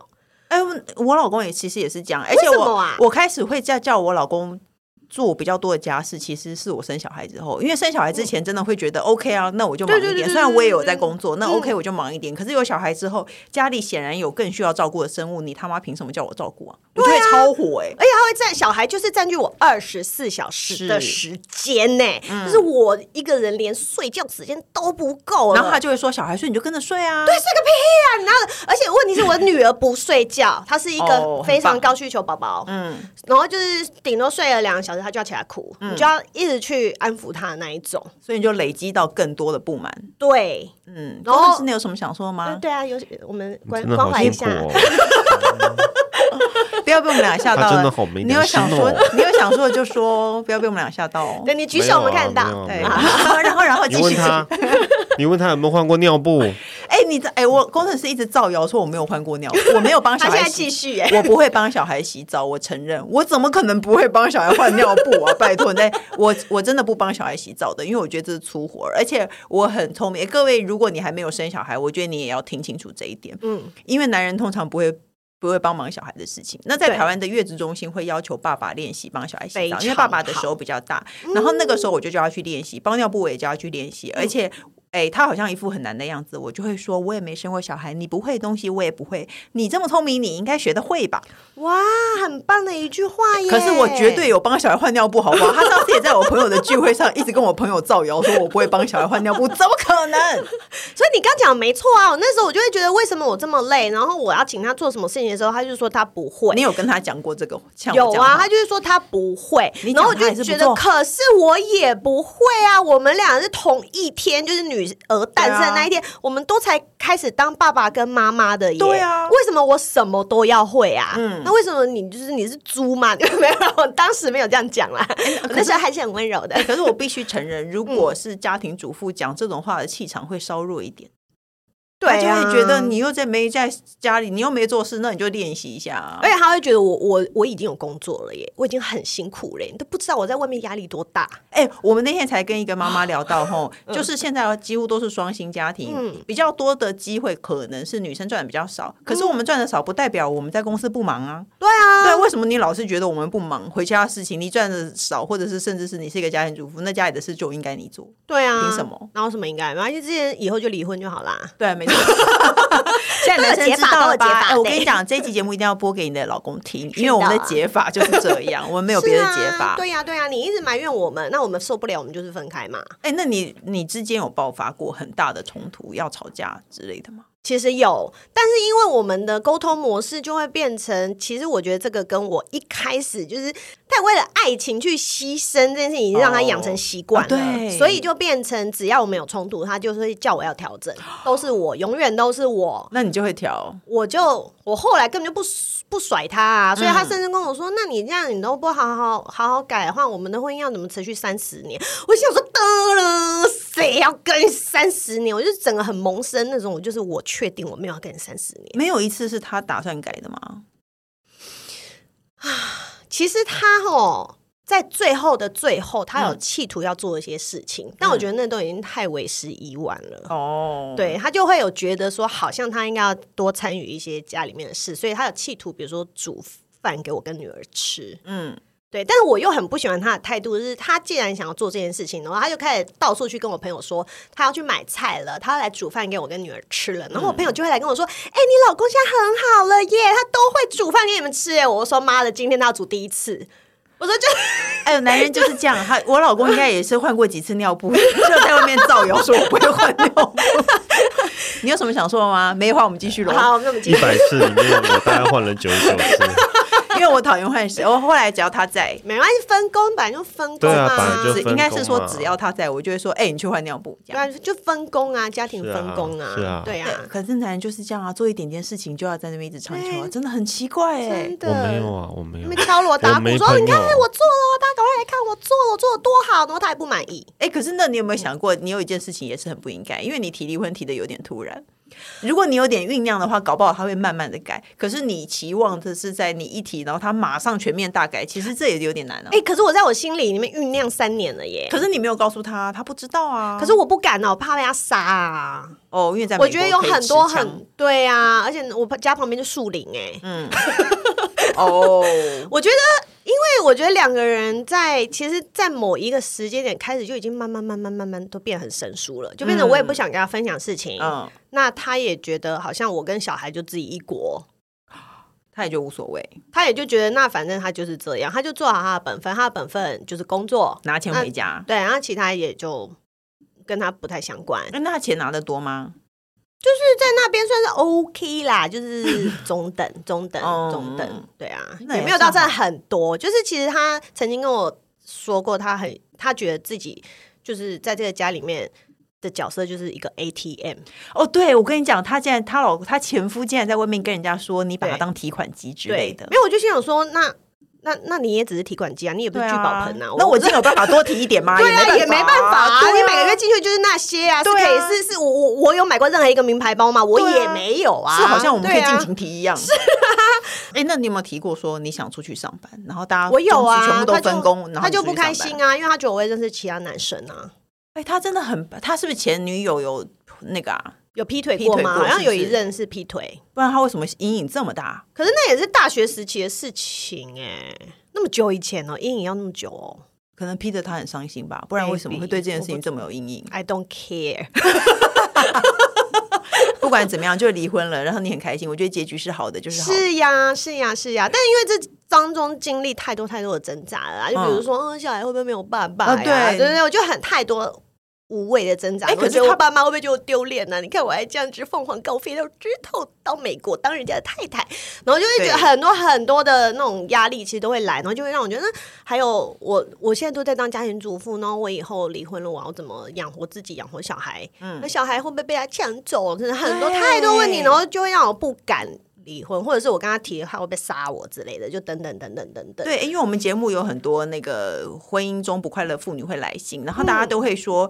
[SPEAKER 1] 哎，我我老公也其实也是这样，而且
[SPEAKER 2] 为什
[SPEAKER 1] 我、
[SPEAKER 2] 么啊
[SPEAKER 1] 我开始会叫叫我老公做比较多的家事，其实是我生小孩之后，因为生小孩之前真的会觉得 OK 啊，那我就忙一
[SPEAKER 2] 嗯对对对
[SPEAKER 1] 点。
[SPEAKER 2] 对
[SPEAKER 1] 虽然我也有在
[SPEAKER 2] 对
[SPEAKER 1] 工作，那
[SPEAKER 2] 嗯
[SPEAKER 1] OK 我就忙一点。可是有小孩之后，家里显然有更需要照顾的生物，你他妈凭什么叫我照顾啊？我就会超火哎、
[SPEAKER 2] 而且他会占小孩，就是占据我二十四小时的时间呢、
[SPEAKER 1] 嗯
[SPEAKER 2] 就是我一个人连睡觉时间都不够了。
[SPEAKER 1] 然后他就会说：“小孩睡你就跟着睡啊。”
[SPEAKER 2] 对，睡个屁啊！你哪有而且问题是我女儿不睡觉，她是一
[SPEAKER 1] 哦
[SPEAKER 2] 个非常高需求宝宝，
[SPEAKER 1] 嗯，
[SPEAKER 2] 然后就是顶多睡了两个小时，她就要起来哭，你就要一直去安抚她的那一种。
[SPEAKER 1] 所以你就累积到更多的不满。
[SPEAKER 2] 对，
[SPEAKER 1] 嗯，
[SPEAKER 2] 然后
[SPEAKER 1] 周老师你有什么想说的吗？
[SPEAKER 2] 对啊，有我们关
[SPEAKER 3] 真的
[SPEAKER 2] 关
[SPEAKER 3] 好
[SPEAKER 2] 怀一
[SPEAKER 3] 辛苦
[SPEAKER 2] 下。
[SPEAKER 3] 哦。
[SPEAKER 1] 不要被我们俩吓到了。
[SPEAKER 3] 他啊真的好没
[SPEAKER 1] 你有
[SPEAKER 3] 良心
[SPEAKER 1] 想说
[SPEAKER 3] 哦，
[SPEAKER 1] 你有想说的就说， <laughs> 不要被我们俩吓到哦。
[SPEAKER 2] 对你举手，我们看得
[SPEAKER 3] 没有
[SPEAKER 2] 到
[SPEAKER 3] 啊。
[SPEAKER 1] 对，
[SPEAKER 3] 没有
[SPEAKER 1] <laughs>
[SPEAKER 3] 啊
[SPEAKER 1] 然后然 <laughs> 后继
[SPEAKER 3] 你问
[SPEAKER 1] 续。 <laughs>
[SPEAKER 3] 他，你问他有没有换过尿布？
[SPEAKER 1] 哎、你这哎、我工程师一直造谣说我没有换过
[SPEAKER 2] <laughs>
[SPEAKER 1] 尿，我没有帮小
[SPEAKER 2] 她现
[SPEAKER 1] 孩
[SPEAKER 2] 在
[SPEAKER 1] 洗
[SPEAKER 2] 继。续哎、
[SPEAKER 1] 我不会帮小孩洗澡，我承认，我怎么可能不会帮小孩换尿布啊？ <laughs> 拜托，那我我真的不帮小孩洗澡的，因为我觉得这是粗活，而且我很聪明。哎各位，如果你还没有生小孩，我觉得你也要听清楚这一点，
[SPEAKER 2] 嗯，
[SPEAKER 1] 因为男人通常不会不会帮忙小孩的事情。那在
[SPEAKER 2] 对
[SPEAKER 1] 台湾的月子中心会要求爸爸练习帮小孩洗
[SPEAKER 2] 非
[SPEAKER 1] 澡，
[SPEAKER 2] 常
[SPEAKER 1] 因为爸爸的手比较大，然后那个时候我就叫他去练习，包尿布我也叫他去练习，
[SPEAKER 2] 嗯
[SPEAKER 1] 而且。哎、他好像一副很难的样子，我就会说，我也没生过小孩，你不会的东西我也不会，你这么聪明，你应该学得会吧？
[SPEAKER 2] 哇，很棒的一句话耶！
[SPEAKER 1] 可是我绝对有帮小孩换尿布，好不好？他上次也在我朋友的聚会上一直跟我朋友造谣，说我不会帮小孩换尿布，怎么可
[SPEAKER 2] <laughs>
[SPEAKER 1] 能？
[SPEAKER 2] 所以你刚讲没错啊，我那时候我就会觉得为什么我这么累，然后我要请他做什么事情的时候，他就说他不会
[SPEAKER 1] 你。有跟他讲过这个？像我
[SPEAKER 2] 有
[SPEAKER 1] 这样
[SPEAKER 2] 啊，
[SPEAKER 1] 吗
[SPEAKER 2] 他就是说他不会
[SPEAKER 1] 你，讲
[SPEAKER 2] 然后我
[SPEAKER 1] 他也是不
[SPEAKER 2] 就觉得
[SPEAKER 1] 做，
[SPEAKER 2] 可是我也不会啊。我们俩是同一天，就是女儿诞生
[SPEAKER 1] 对啊
[SPEAKER 2] 那一天，我们都才开始当爸爸跟妈妈的耶。
[SPEAKER 1] 对啊
[SPEAKER 2] 为什么我什么都要会啊？
[SPEAKER 1] 嗯
[SPEAKER 2] 那为什么你就是你是猪嘛？ <laughs> 没有，我当时没有这样讲啦，我那时候还是很温柔的
[SPEAKER 1] 哎、。可是
[SPEAKER 2] 嗯
[SPEAKER 1] 我必须承认，如果是家庭主妇讲这种话的气场会稍弱一点。他就
[SPEAKER 2] 啊
[SPEAKER 1] 会觉得你又在没在家里，你又没做事，那你就练习一下啊。
[SPEAKER 2] 而且他会觉得我我我已经有工作了耶，我已经很辛苦了耶，你都不知道我在外面压力多大。
[SPEAKER 1] 哎、我们那天才跟一个妈妈聊到，吼，就是现在哦几乎都是双薪家庭，
[SPEAKER 2] 哦嗯
[SPEAKER 1] 比较多的机会可能是女生赚的比较少，可是我们赚的少不代表我们在公司不忙啊。
[SPEAKER 2] 对嗯啊，
[SPEAKER 1] 对，为什么你老是觉得我们不忙？回家的事情你赚的少，或者是甚至是你是一个家庭主妇，那家里的事就应该你做。
[SPEAKER 2] 对啊，
[SPEAKER 1] 凭什么？
[SPEAKER 2] 然后什么应该？没关系，之前以后就离婚就好啦。
[SPEAKER 1] 对，没错。现在男生知道了吧？哎、我跟你讲，这一期节目一定要播给你的老公听，因为我们的解法就是这样，我们没有别的解
[SPEAKER 2] 是
[SPEAKER 1] 法
[SPEAKER 2] <laughs> 啊。对呀、对呀、你一直埋怨我们，那我们受不了，我们就是分开嘛。
[SPEAKER 1] 哎、那你你之间有爆发过很大的冲突，要吵架之类的吗？
[SPEAKER 2] 其实有，但是因为我们的沟通模式就会变成，其实我觉得这个跟我一开始就是太为了爱情去牺牲这件事情，让他养成习惯了，
[SPEAKER 1] 哦啊对
[SPEAKER 2] 所以就变成只要我们有冲突，他就是会叫我要调整，都是我，永远都是我。
[SPEAKER 1] 那你就会调。
[SPEAKER 2] 我就我后来根本就不不甩他啊，所以他甚至跟我说：“那你这样你都不好好好好改的话，我们的婚姻要怎么持续三十年？”我想说，得了，谁要跟三十年？我就是整个很萌生那种，我就是我确定我没有要跟你三十年。
[SPEAKER 1] 没有一次是他打算改的吗？
[SPEAKER 2] 其实他吼。在最后的最后，他有企图要做一些事情，但我觉得那都已经太为时已晚了。
[SPEAKER 1] 哦，
[SPEAKER 2] 对他就会有觉得说，好像他应该要多参与一些家里面的事，所以他有企图，比如说煮饭给我跟女儿吃，
[SPEAKER 1] 嗯，
[SPEAKER 2] 对，但是我又很不喜欢他的态度，就是他既然想要做这件事情，然后他就开始到处去跟我朋友说他要去买菜了，他要来煮饭给我跟女儿吃了，然后我
[SPEAKER 3] 嗯
[SPEAKER 2] 朋友就会来跟我说：“哎、你老公现在很好了耶，他都会煮饭给你们吃耶。”我就说：“妈的，今天他要煮第一次。”我
[SPEAKER 3] <laughs>
[SPEAKER 2] 说就
[SPEAKER 1] 哎呦，男人就是这样。他我老公应该也是换过几次尿布， <laughs> 就在外面造谣说我不会换尿布。 <laughs> 你有什么想说的吗？没话，我们继续喽。
[SPEAKER 2] 好，那我们
[SPEAKER 3] 一
[SPEAKER 2] 今天
[SPEAKER 3] 百次里面我大概换了九十九次，
[SPEAKER 1] 因为我讨厌换谁，我后来只要他在，
[SPEAKER 2] 没关系，分工本来就分工
[SPEAKER 3] 对啊
[SPEAKER 2] 嘛，
[SPEAKER 3] 本来
[SPEAKER 1] 只
[SPEAKER 3] 就分工
[SPEAKER 1] 应该是说
[SPEAKER 3] 嘛
[SPEAKER 1] 只要他在，我就会说，哎、你去换尿布这
[SPEAKER 2] 对
[SPEAKER 1] 样。
[SPEAKER 2] 啊，就分工啊，家庭
[SPEAKER 3] 是啊
[SPEAKER 2] 分工啊，
[SPEAKER 3] 是啊
[SPEAKER 2] 对啊，
[SPEAKER 1] 对，可是男人就是这样啊，做一点点事情就要在那边一直唱秋啊，
[SPEAKER 2] 对
[SPEAKER 1] 真的很奇怪哎、
[SPEAKER 2] 真的
[SPEAKER 3] 我没有啊，我没
[SPEAKER 2] 你
[SPEAKER 3] 有
[SPEAKER 2] 们。敲锣打
[SPEAKER 3] 我
[SPEAKER 2] 鼓
[SPEAKER 3] 没
[SPEAKER 2] 说
[SPEAKER 3] 朋
[SPEAKER 2] 你看，
[SPEAKER 3] 友
[SPEAKER 2] 哎，我做了，大家赶快来看我做了，我做的多好，然后他还不满意。
[SPEAKER 1] 哎、可是那你有没有
[SPEAKER 2] 嗯
[SPEAKER 1] 想过，你有一件事情也是很不应该，因为你提离婚提的有点突然。如果你有点酝酿的话，搞不好他会慢慢的改。可是你期望的是在你一提，然后他马上全面大改，其实这也有点难啊。
[SPEAKER 2] 哎、可是我在我心里里面酝酿三年了耶。
[SPEAKER 1] 可是你没有告诉他，他不知道啊。
[SPEAKER 2] 可是我不敢哦，我怕被他杀啊！
[SPEAKER 1] 哦，因为在美
[SPEAKER 2] 我
[SPEAKER 1] 国
[SPEAKER 2] 觉得有
[SPEAKER 1] 可以
[SPEAKER 2] 很
[SPEAKER 1] 持
[SPEAKER 2] 多
[SPEAKER 1] 枪
[SPEAKER 2] 很对啊，而且我家旁边就树林哎、
[SPEAKER 1] 嗯
[SPEAKER 2] <laughs>
[SPEAKER 1] 哦，
[SPEAKER 2] 我觉得，因为我觉得两个人在其实，在某一个时间点开始就已经慢慢慢慢慢慢都变得很生疏了，就变成我也不想跟他分享事情。
[SPEAKER 1] 嗯，
[SPEAKER 2] 那他也觉得好像我跟小孩就自己一国，
[SPEAKER 1] 他也就无所谓，
[SPEAKER 2] 他也就觉得那反正他就是这样，他就做好他的本分，他的本分就是工作，
[SPEAKER 1] 拿钱回家。
[SPEAKER 2] 对，然后其他也就跟他不太相关。
[SPEAKER 1] 那他钱拿的多吗？
[SPEAKER 2] 在那边算是 OK 啦， <laughs> 就是
[SPEAKER 1] <laughs>
[SPEAKER 2] 中等、中等、
[SPEAKER 1] 哦
[SPEAKER 2] 中等，对啊，
[SPEAKER 1] 那也
[SPEAKER 2] 也没有到
[SPEAKER 1] 算
[SPEAKER 2] 真的
[SPEAKER 1] 好
[SPEAKER 2] 很多。就是其实他曾经跟我说过，他很他觉得自己就是在这个家里面的角色就是一个 ATM，
[SPEAKER 1] 哦，对，我跟你讲，他竟然他老他前夫竟然在外面跟人家说你把他
[SPEAKER 2] 对
[SPEAKER 1] 当提款机之类
[SPEAKER 2] 对
[SPEAKER 1] 的
[SPEAKER 2] 没。有，我就心想说，那那那你也只是提款机啊，你也不是
[SPEAKER 1] 对
[SPEAKER 2] 聚宝盆
[SPEAKER 1] 那我
[SPEAKER 2] 我
[SPEAKER 1] 真的有办法多提一点吗？
[SPEAKER 2] <laughs> 对啊，也没办法啊，
[SPEAKER 1] 对
[SPEAKER 2] 你每个月进去就是那些啊，是
[SPEAKER 1] 对
[SPEAKER 2] 可以
[SPEAKER 1] 啊
[SPEAKER 2] 是是我我我有买过任何一个名牌包吗？我
[SPEAKER 1] 对
[SPEAKER 2] 也
[SPEAKER 1] 啊
[SPEAKER 2] 没有啊，
[SPEAKER 1] 是好像我们可以
[SPEAKER 2] 对啊
[SPEAKER 1] 尽情提一样。是啊，哎，那你有没有提过说你想出去上班，然后大家
[SPEAKER 2] 我有啊，
[SPEAKER 1] 终止全部都
[SPEAKER 2] 他就
[SPEAKER 1] 分工，然后
[SPEAKER 2] 他
[SPEAKER 1] 你
[SPEAKER 2] 就
[SPEAKER 1] 出
[SPEAKER 2] 不
[SPEAKER 1] 去上
[SPEAKER 2] 开
[SPEAKER 1] 班
[SPEAKER 2] 心啊，因为他觉得我会认识其他男生啊。
[SPEAKER 1] 哎，他真的很，他是不是前女友有那个啊？
[SPEAKER 2] 有劈腿过吗？
[SPEAKER 1] 劈腿过
[SPEAKER 2] 好像有
[SPEAKER 1] 是
[SPEAKER 2] 一
[SPEAKER 1] 不是
[SPEAKER 2] 任是劈腿，
[SPEAKER 1] 不然他为什么阴影这么大？
[SPEAKER 2] 可是那也是大学时期的事情哎、那么久以前哦、阴影要那么久哦、
[SPEAKER 1] 可能 Peter 他很伤心吧，不然为什么会
[SPEAKER 2] Maybe，
[SPEAKER 1] 对这件事
[SPEAKER 2] 我
[SPEAKER 1] 情
[SPEAKER 2] 不
[SPEAKER 1] 这么有阴影？
[SPEAKER 2] i don't care。
[SPEAKER 1] 不管怎么样，就离婚了，然后你很开心，我觉得结局是好的，就是好。
[SPEAKER 2] 是呀，是呀，是呀。但因为这当中经历太多太多的挣扎了啊，就比如说，嗯，小孩会不会没有爸爸呀？
[SPEAKER 1] 啊对
[SPEAKER 2] 对对，我就很太多。无谓的挣扎，
[SPEAKER 1] 哎
[SPEAKER 2] 我
[SPEAKER 1] 可是
[SPEAKER 2] 觉得我
[SPEAKER 1] 他
[SPEAKER 2] 爸妈会不会觉得我丢脸呢？你看我还这样子凤凰高飞到枝头，到美国当人家的太太，然后就会觉得
[SPEAKER 1] 对
[SPEAKER 2] 很多很多的那种压力，其实都会来，然后就会让我觉得，嗯还有我我现在都在当家庭主妇，然后我以后离婚了，我要怎么养活自己，养活小孩？
[SPEAKER 1] 嗯
[SPEAKER 2] 那小孩会不会被他抢走？真的很多
[SPEAKER 1] 对
[SPEAKER 2] 太多问题，然后就会让我不敢离婚，或者是我跟他提的话会被杀我之类的，就等等等等等等。
[SPEAKER 1] 对，因为我们节目有很多那个婚姻中不快乐妇女会来信，
[SPEAKER 2] 嗯
[SPEAKER 1] 然后大家都会说。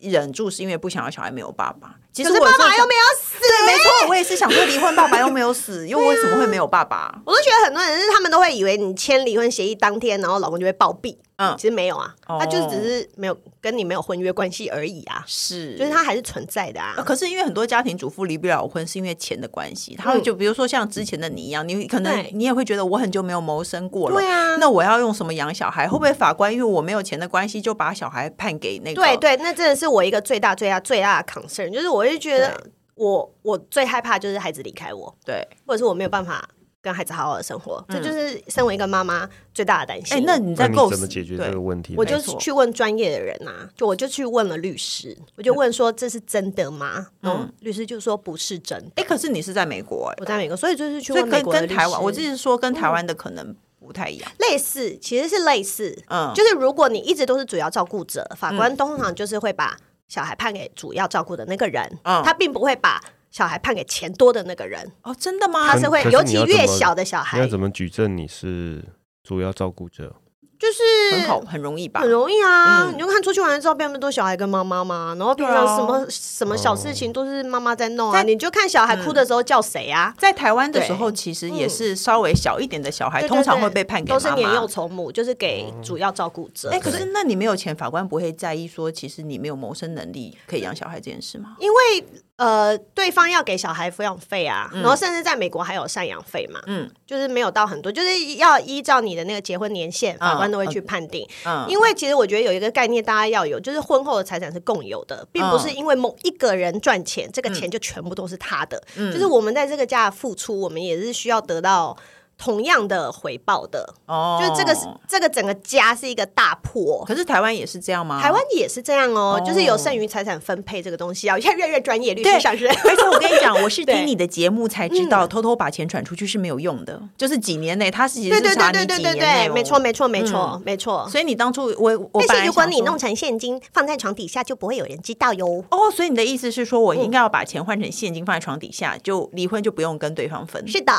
[SPEAKER 1] 忍住是因为不想要小孩没有爸爸。其
[SPEAKER 2] 可
[SPEAKER 1] 实
[SPEAKER 2] 是
[SPEAKER 1] 我
[SPEAKER 2] 爸爸
[SPEAKER 1] 说
[SPEAKER 2] 又没有死，
[SPEAKER 1] 对，
[SPEAKER 2] 哎
[SPEAKER 1] 没错，我也是想说离婚爸爸又没有死，
[SPEAKER 2] <laughs>
[SPEAKER 1] 又为什么会没有爸爸？
[SPEAKER 2] 我都觉得很多人是他们都会以为你签离婚协议当天，然后老公就会暴毙。
[SPEAKER 1] 嗯
[SPEAKER 2] 嗯，其实没有啊，
[SPEAKER 1] 哦
[SPEAKER 2] 他就是只是没有跟你没有婚约关系而已啊，
[SPEAKER 1] 是
[SPEAKER 2] 就是他还是存在的
[SPEAKER 1] 呃
[SPEAKER 2] 啊。
[SPEAKER 1] 可是因为很多家庭主妇离不了婚，是因为钱的关系。他们就比如说像之前的你一样，你可能
[SPEAKER 2] 嗯对
[SPEAKER 1] 你也会觉得我很久没有谋生过了，
[SPEAKER 2] 对啊
[SPEAKER 1] 那我要用什么养小孩？会不会法官因为我没有钱的关系，就把小孩判给那个？
[SPEAKER 2] 对对，那真的是我一个最大最大最大的 concern，就是我就觉得
[SPEAKER 1] 对
[SPEAKER 2] 我我最害怕就是孩子离开我，
[SPEAKER 1] 对。
[SPEAKER 2] 或者是我没有办法跟孩子好好的生活，这就是身为一个妈妈最大的担
[SPEAKER 1] 嗯
[SPEAKER 2] 心。
[SPEAKER 1] 哎，那你
[SPEAKER 3] 那
[SPEAKER 1] 在
[SPEAKER 3] 你
[SPEAKER 1] 构
[SPEAKER 3] 怎么
[SPEAKER 1] 思
[SPEAKER 3] 解决
[SPEAKER 1] 对
[SPEAKER 3] 这个问题呢？
[SPEAKER 2] 我就
[SPEAKER 1] 没错
[SPEAKER 2] 去问专业的人啊，就我就去问了律师，
[SPEAKER 1] 嗯
[SPEAKER 2] 我就问说这是真的吗？然后律师就说不是真的。
[SPEAKER 1] 哎，可是你是在美国哎、
[SPEAKER 2] 我在美国，所以就是去
[SPEAKER 1] 所以
[SPEAKER 2] 问美
[SPEAKER 1] 跟
[SPEAKER 2] 国的哦
[SPEAKER 1] 跟
[SPEAKER 2] 律师。
[SPEAKER 1] 台湾，我只是说跟台湾的可能不太一样。
[SPEAKER 2] 类似，其实是类似，
[SPEAKER 1] 嗯
[SPEAKER 2] 就是如果你一直都是主要照顾者，法官通常就是会把小孩判给主要照顾的那个人，
[SPEAKER 1] 嗯
[SPEAKER 2] 他并不会把小孩判给钱多的那个人，
[SPEAKER 1] 哦，真的吗
[SPEAKER 2] 他？是会，
[SPEAKER 3] 可是
[SPEAKER 2] 尤
[SPEAKER 3] 你
[SPEAKER 2] 其
[SPEAKER 3] 要怎
[SPEAKER 2] 越
[SPEAKER 3] 么
[SPEAKER 2] 小的小
[SPEAKER 3] 你要
[SPEAKER 2] 孩，
[SPEAKER 3] 怎么举证你是主要照顾者？
[SPEAKER 2] 就是
[SPEAKER 1] 很好，很容易吧
[SPEAKER 2] 很？容易啊！
[SPEAKER 1] 嗯
[SPEAKER 2] 你就看出去玩的照片，不都小孩跟妈妈吗？然后平常
[SPEAKER 1] 对啊
[SPEAKER 2] 什么、什么小事情都是妈妈在弄啊，
[SPEAKER 1] 在嗯
[SPEAKER 2] 你就看小孩哭的时候叫谁啊？
[SPEAKER 1] 在台湾的
[SPEAKER 2] 对
[SPEAKER 1] 时候，其实
[SPEAKER 2] 嗯
[SPEAKER 1] 也是稍微小一点的小孩，
[SPEAKER 2] 对对
[SPEAKER 1] 通常
[SPEAKER 2] 对
[SPEAKER 1] 会被判给
[SPEAKER 2] 都是
[SPEAKER 1] 妈
[SPEAKER 2] 年
[SPEAKER 1] 妈
[SPEAKER 2] 幼从母，就是给主要照顾者。嗯
[SPEAKER 1] 哎、可是那你没有钱，法官不会在意说，其实你没有谋生能力可以养小孩这件事吗？
[SPEAKER 2] 因为呃，对方要给小孩抚养费啊，然后甚至在美国还有赡养费嘛，
[SPEAKER 1] 嗯
[SPEAKER 2] 嗯，就是没有到很多，就是要依照你的那个结婚年限，法官都会去判定。
[SPEAKER 1] 嗯，
[SPEAKER 2] 因为其实我觉得有一个概念大家要有，就是婚后的财产是共有的，并
[SPEAKER 1] 嗯
[SPEAKER 2] 不是因为某一个人赚钱，这个钱就全部都是他的。
[SPEAKER 1] 嗯
[SPEAKER 2] 就是我们在这个家的付出，我们也是需要得到同样的回报的。
[SPEAKER 1] 哦
[SPEAKER 2] 就是这个是这个整个家是一个大破。
[SPEAKER 1] 可是台湾也是这样吗？
[SPEAKER 2] 台湾也是这样哦，
[SPEAKER 1] 哦
[SPEAKER 2] 就是有剩余财产分配这个东西啊，现在越来越专业，律
[SPEAKER 1] 对
[SPEAKER 2] 师
[SPEAKER 1] <laughs>
[SPEAKER 2] 上
[SPEAKER 1] <laughs>
[SPEAKER 2] 身。
[SPEAKER 1] 而且我跟你讲，我是
[SPEAKER 2] <laughs> 对嗯
[SPEAKER 1] 听你的节目才知道，偷偷把钱转出去是没有用的，就是几年内，他是其实
[SPEAKER 2] 对
[SPEAKER 1] 是
[SPEAKER 2] 对
[SPEAKER 1] 查
[SPEAKER 2] 对
[SPEAKER 1] 你
[SPEAKER 2] 对
[SPEAKER 1] 几
[SPEAKER 2] 对对
[SPEAKER 1] 年内
[SPEAKER 2] 对，
[SPEAKER 1] 哦
[SPEAKER 2] 没错。没错没错没错。
[SPEAKER 1] 所以你当初我我本
[SPEAKER 2] 但
[SPEAKER 1] 来
[SPEAKER 2] 是如果你
[SPEAKER 1] 想说
[SPEAKER 2] 弄成现金放在床底下，就不会有人知道哟。
[SPEAKER 1] 哦，所以你的意思是说我
[SPEAKER 2] 哦
[SPEAKER 1] 应该要把钱换成现金放在床底下，就离婚就不用跟对方分。
[SPEAKER 2] 是的，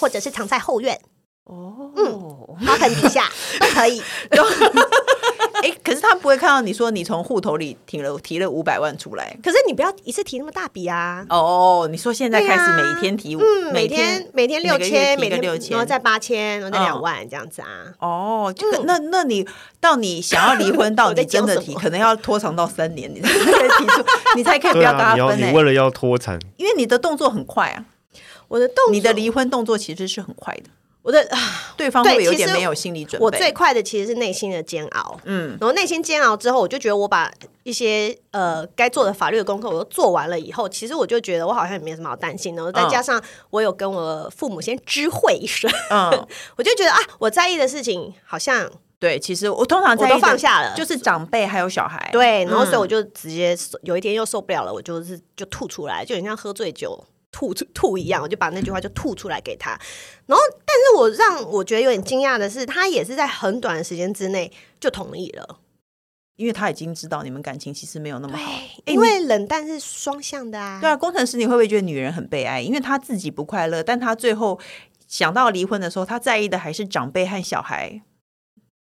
[SPEAKER 2] 或者是藏在后院
[SPEAKER 1] 哦，
[SPEAKER 2] 花盆底 <laughs> 下都可以。
[SPEAKER 1] 哎、可是他不会看到你说你从户头里提了提了五百万出来，
[SPEAKER 2] 可是你不要一次提那么大笔啊。
[SPEAKER 1] 哦，你说现在开始每一天提五，
[SPEAKER 2] 嗯，每天每天六千，
[SPEAKER 1] 每个月提
[SPEAKER 2] 每
[SPEAKER 1] 个
[SPEAKER 2] 天
[SPEAKER 1] 六千
[SPEAKER 2] 然后再八千，然后再
[SPEAKER 1] 嗯
[SPEAKER 2] 两万这样子啊。
[SPEAKER 1] 哦，这个、那那你到你想要离婚到
[SPEAKER 2] <coughs> 我在
[SPEAKER 1] 你真的
[SPEAKER 2] 讲什
[SPEAKER 1] 提，
[SPEAKER 2] 么
[SPEAKER 1] 可能要拖长到三年，你 <laughs> 才可以提出，你才可以不
[SPEAKER 3] 对
[SPEAKER 1] 要跟他
[SPEAKER 3] 啊，你要
[SPEAKER 1] 分欸
[SPEAKER 3] 你
[SPEAKER 1] 呢、
[SPEAKER 3] 为了要脱产，
[SPEAKER 1] 因为你的动作很快啊，
[SPEAKER 2] 我的动作，
[SPEAKER 1] 你的离婚动作其实是很快的，
[SPEAKER 2] 我的啊
[SPEAKER 1] 对方会
[SPEAKER 2] 对
[SPEAKER 1] 有
[SPEAKER 2] 其
[SPEAKER 1] 点
[SPEAKER 2] 实
[SPEAKER 1] 没有心理准备。
[SPEAKER 2] 我最快的其实是内心的煎熬。
[SPEAKER 1] 嗯，
[SPEAKER 2] 然后内心煎熬之后，我就觉得我把一些呃该做的法律的功课我都做完了以后，其实我就觉得我好像也没什么好担心的。
[SPEAKER 1] 嗯
[SPEAKER 2] 然后再加上我有跟我父母先知会一声，
[SPEAKER 1] 嗯，
[SPEAKER 2] 我就觉得啊，我在意的事情好像
[SPEAKER 1] 对，其实我通常在
[SPEAKER 2] 我
[SPEAKER 1] 意的
[SPEAKER 2] 都放下了
[SPEAKER 1] 就是长辈还有小孩。，
[SPEAKER 2] 对，然后
[SPEAKER 1] 嗯
[SPEAKER 2] 所以我就直接受有一天又受不了了，我就是就吐出来，就很像喝醉酒吐吐吐一样，我就把那句话就吐出来给他。然后，但是我让我觉得有点惊讶的是，他也是在很短的时间之内就同意了。
[SPEAKER 1] 因为他已经知道你们感情其实没有那么好。
[SPEAKER 2] 因为冷淡是双向的啊。
[SPEAKER 1] 对啊，工程师你会不会觉得女人很悲哀？因为她自己不快乐，但她最后想到离婚的时候，她在意的还是长辈和小孩。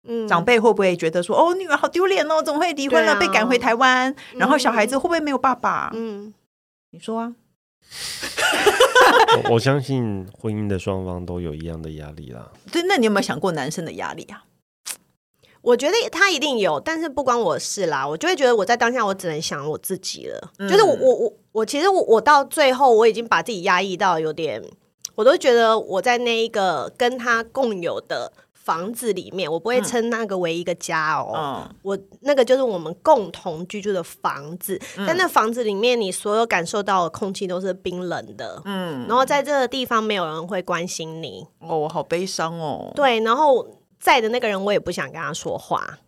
[SPEAKER 2] 嗯
[SPEAKER 1] 长辈会不会觉得说，哦，女儿好丢脸哦，怎么会离婚了，
[SPEAKER 2] 对啊
[SPEAKER 1] 被赶回台湾？然后小孩子会不会没有爸爸？
[SPEAKER 2] 嗯，
[SPEAKER 1] 你说啊，
[SPEAKER 3] 我我相信婚姻的双方都有一样的压力啦。
[SPEAKER 1] 对，那你有没有想过男生的压力啊？
[SPEAKER 2] 我觉得他一定有，但是不关我的事啦。我就会觉得我在当下，我只能想我自己了。就是
[SPEAKER 1] 嗯
[SPEAKER 2] 我我我我，其实我我到最后，我已经把自己压抑到有点，我都觉得我在那一个跟他共有的房子里面，我不会称那个为一个家哦。
[SPEAKER 1] 嗯，
[SPEAKER 2] 我那个就是我们共同居住的房子，在那房子里面，你所有感受到的空气都是冰冷的，嗯，然后在这个地方没有人会关心你，
[SPEAKER 1] 哦，我好悲伤哦。，
[SPEAKER 2] 对，然后在的那个人我也不想跟他说话，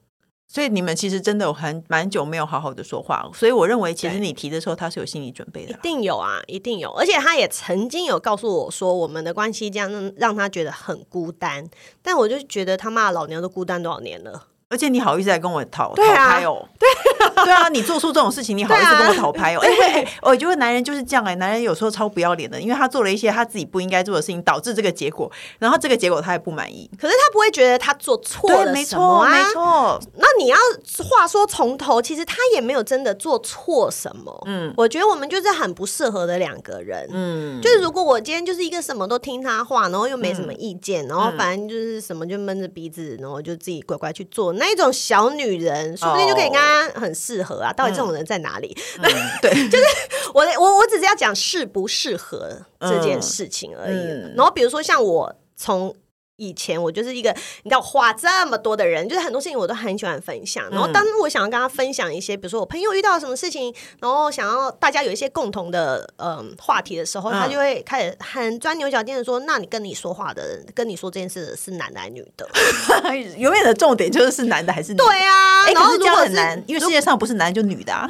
[SPEAKER 1] 所以你们其实真的有很蛮久没有好好的说话，所以我认为其实
[SPEAKER 2] 对
[SPEAKER 1] 你提的时候，他是有心理准备的
[SPEAKER 2] 一
[SPEAKER 1] 啦。
[SPEAKER 2] 定有啊，一定有，而且他也曾经有告诉我说，我们的关系这样让让他觉得很孤单，但我就觉得他妈的老娘都孤单多少年了，
[SPEAKER 1] 而且你好意思来跟我讨
[SPEAKER 2] <laughs> 对啊
[SPEAKER 1] 讨拍哦？对啊，你做出这种事情，你好意思
[SPEAKER 2] 对啊
[SPEAKER 1] 跟我讨
[SPEAKER 2] <laughs>
[SPEAKER 1] 拍哦？哎、欸，我觉得男人就是这样哎、男人有时候超不要脸的，因为他做了一些他自己不应该做的事情，导致这个结果，然后这个结果他也不满意。
[SPEAKER 2] 可是他不会觉得他做错
[SPEAKER 1] 对，
[SPEAKER 2] 了
[SPEAKER 1] 没
[SPEAKER 2] 什么
[SPEAKER 1] 错，
[SPEAKER 2] 啊？
[SPEAKER 1] 没错。
[SPEAKER 2] 那你要话说从头，其实他也没有真的做错什么。嗯，我觉得我们就是很不适合的两个人。嗯， <laughs> 就是如果我今天就是一个什么都听他话，然后又没什么意见，然后反正就是什么就闷着鼻子，然后就自己乖乖去做那一种小女人，说不定就可以跟他很适合啊。到底这种人在哪里？ <laughs>
[SPEAKER 1] 对，
[SPEAKER 2] 我的我我只是要讲适不适合这件事情而已。
[SPEAKER 1] 嗯
[SPEAKER 2] 然后比如说像我从以前我就是一个你知道我话这么多的人，就是很多事情我都很喜欢分享。然后当我想要跟他分享一些，比如说我朋友遇到什么事情，然后想要大家有一些共同的嗯话题的时候，
[SPEAKER 1] 嗯
[SPEAKER 2] 他就会开始很钻牛角尖的说：“那你跟你说话的人跟你说这件事的是男的还是女的
[SPEAKER 1] 永远的重点就是是男的还是女？”的。
[SPEAKER 2] 对啊，
[SPEAKER 1] 哎、
[SPEAKER 2] 然
[SPEAKER 1] 可
[SPEAKER 2] 后
[SPEAKER 1] 是
[SPEAKER 2] 如
[SPEAKER 1] 这样
[SPEAKER 2] 果
[SPEAKER 1] 很难，因为世界上不是男的就女的啊。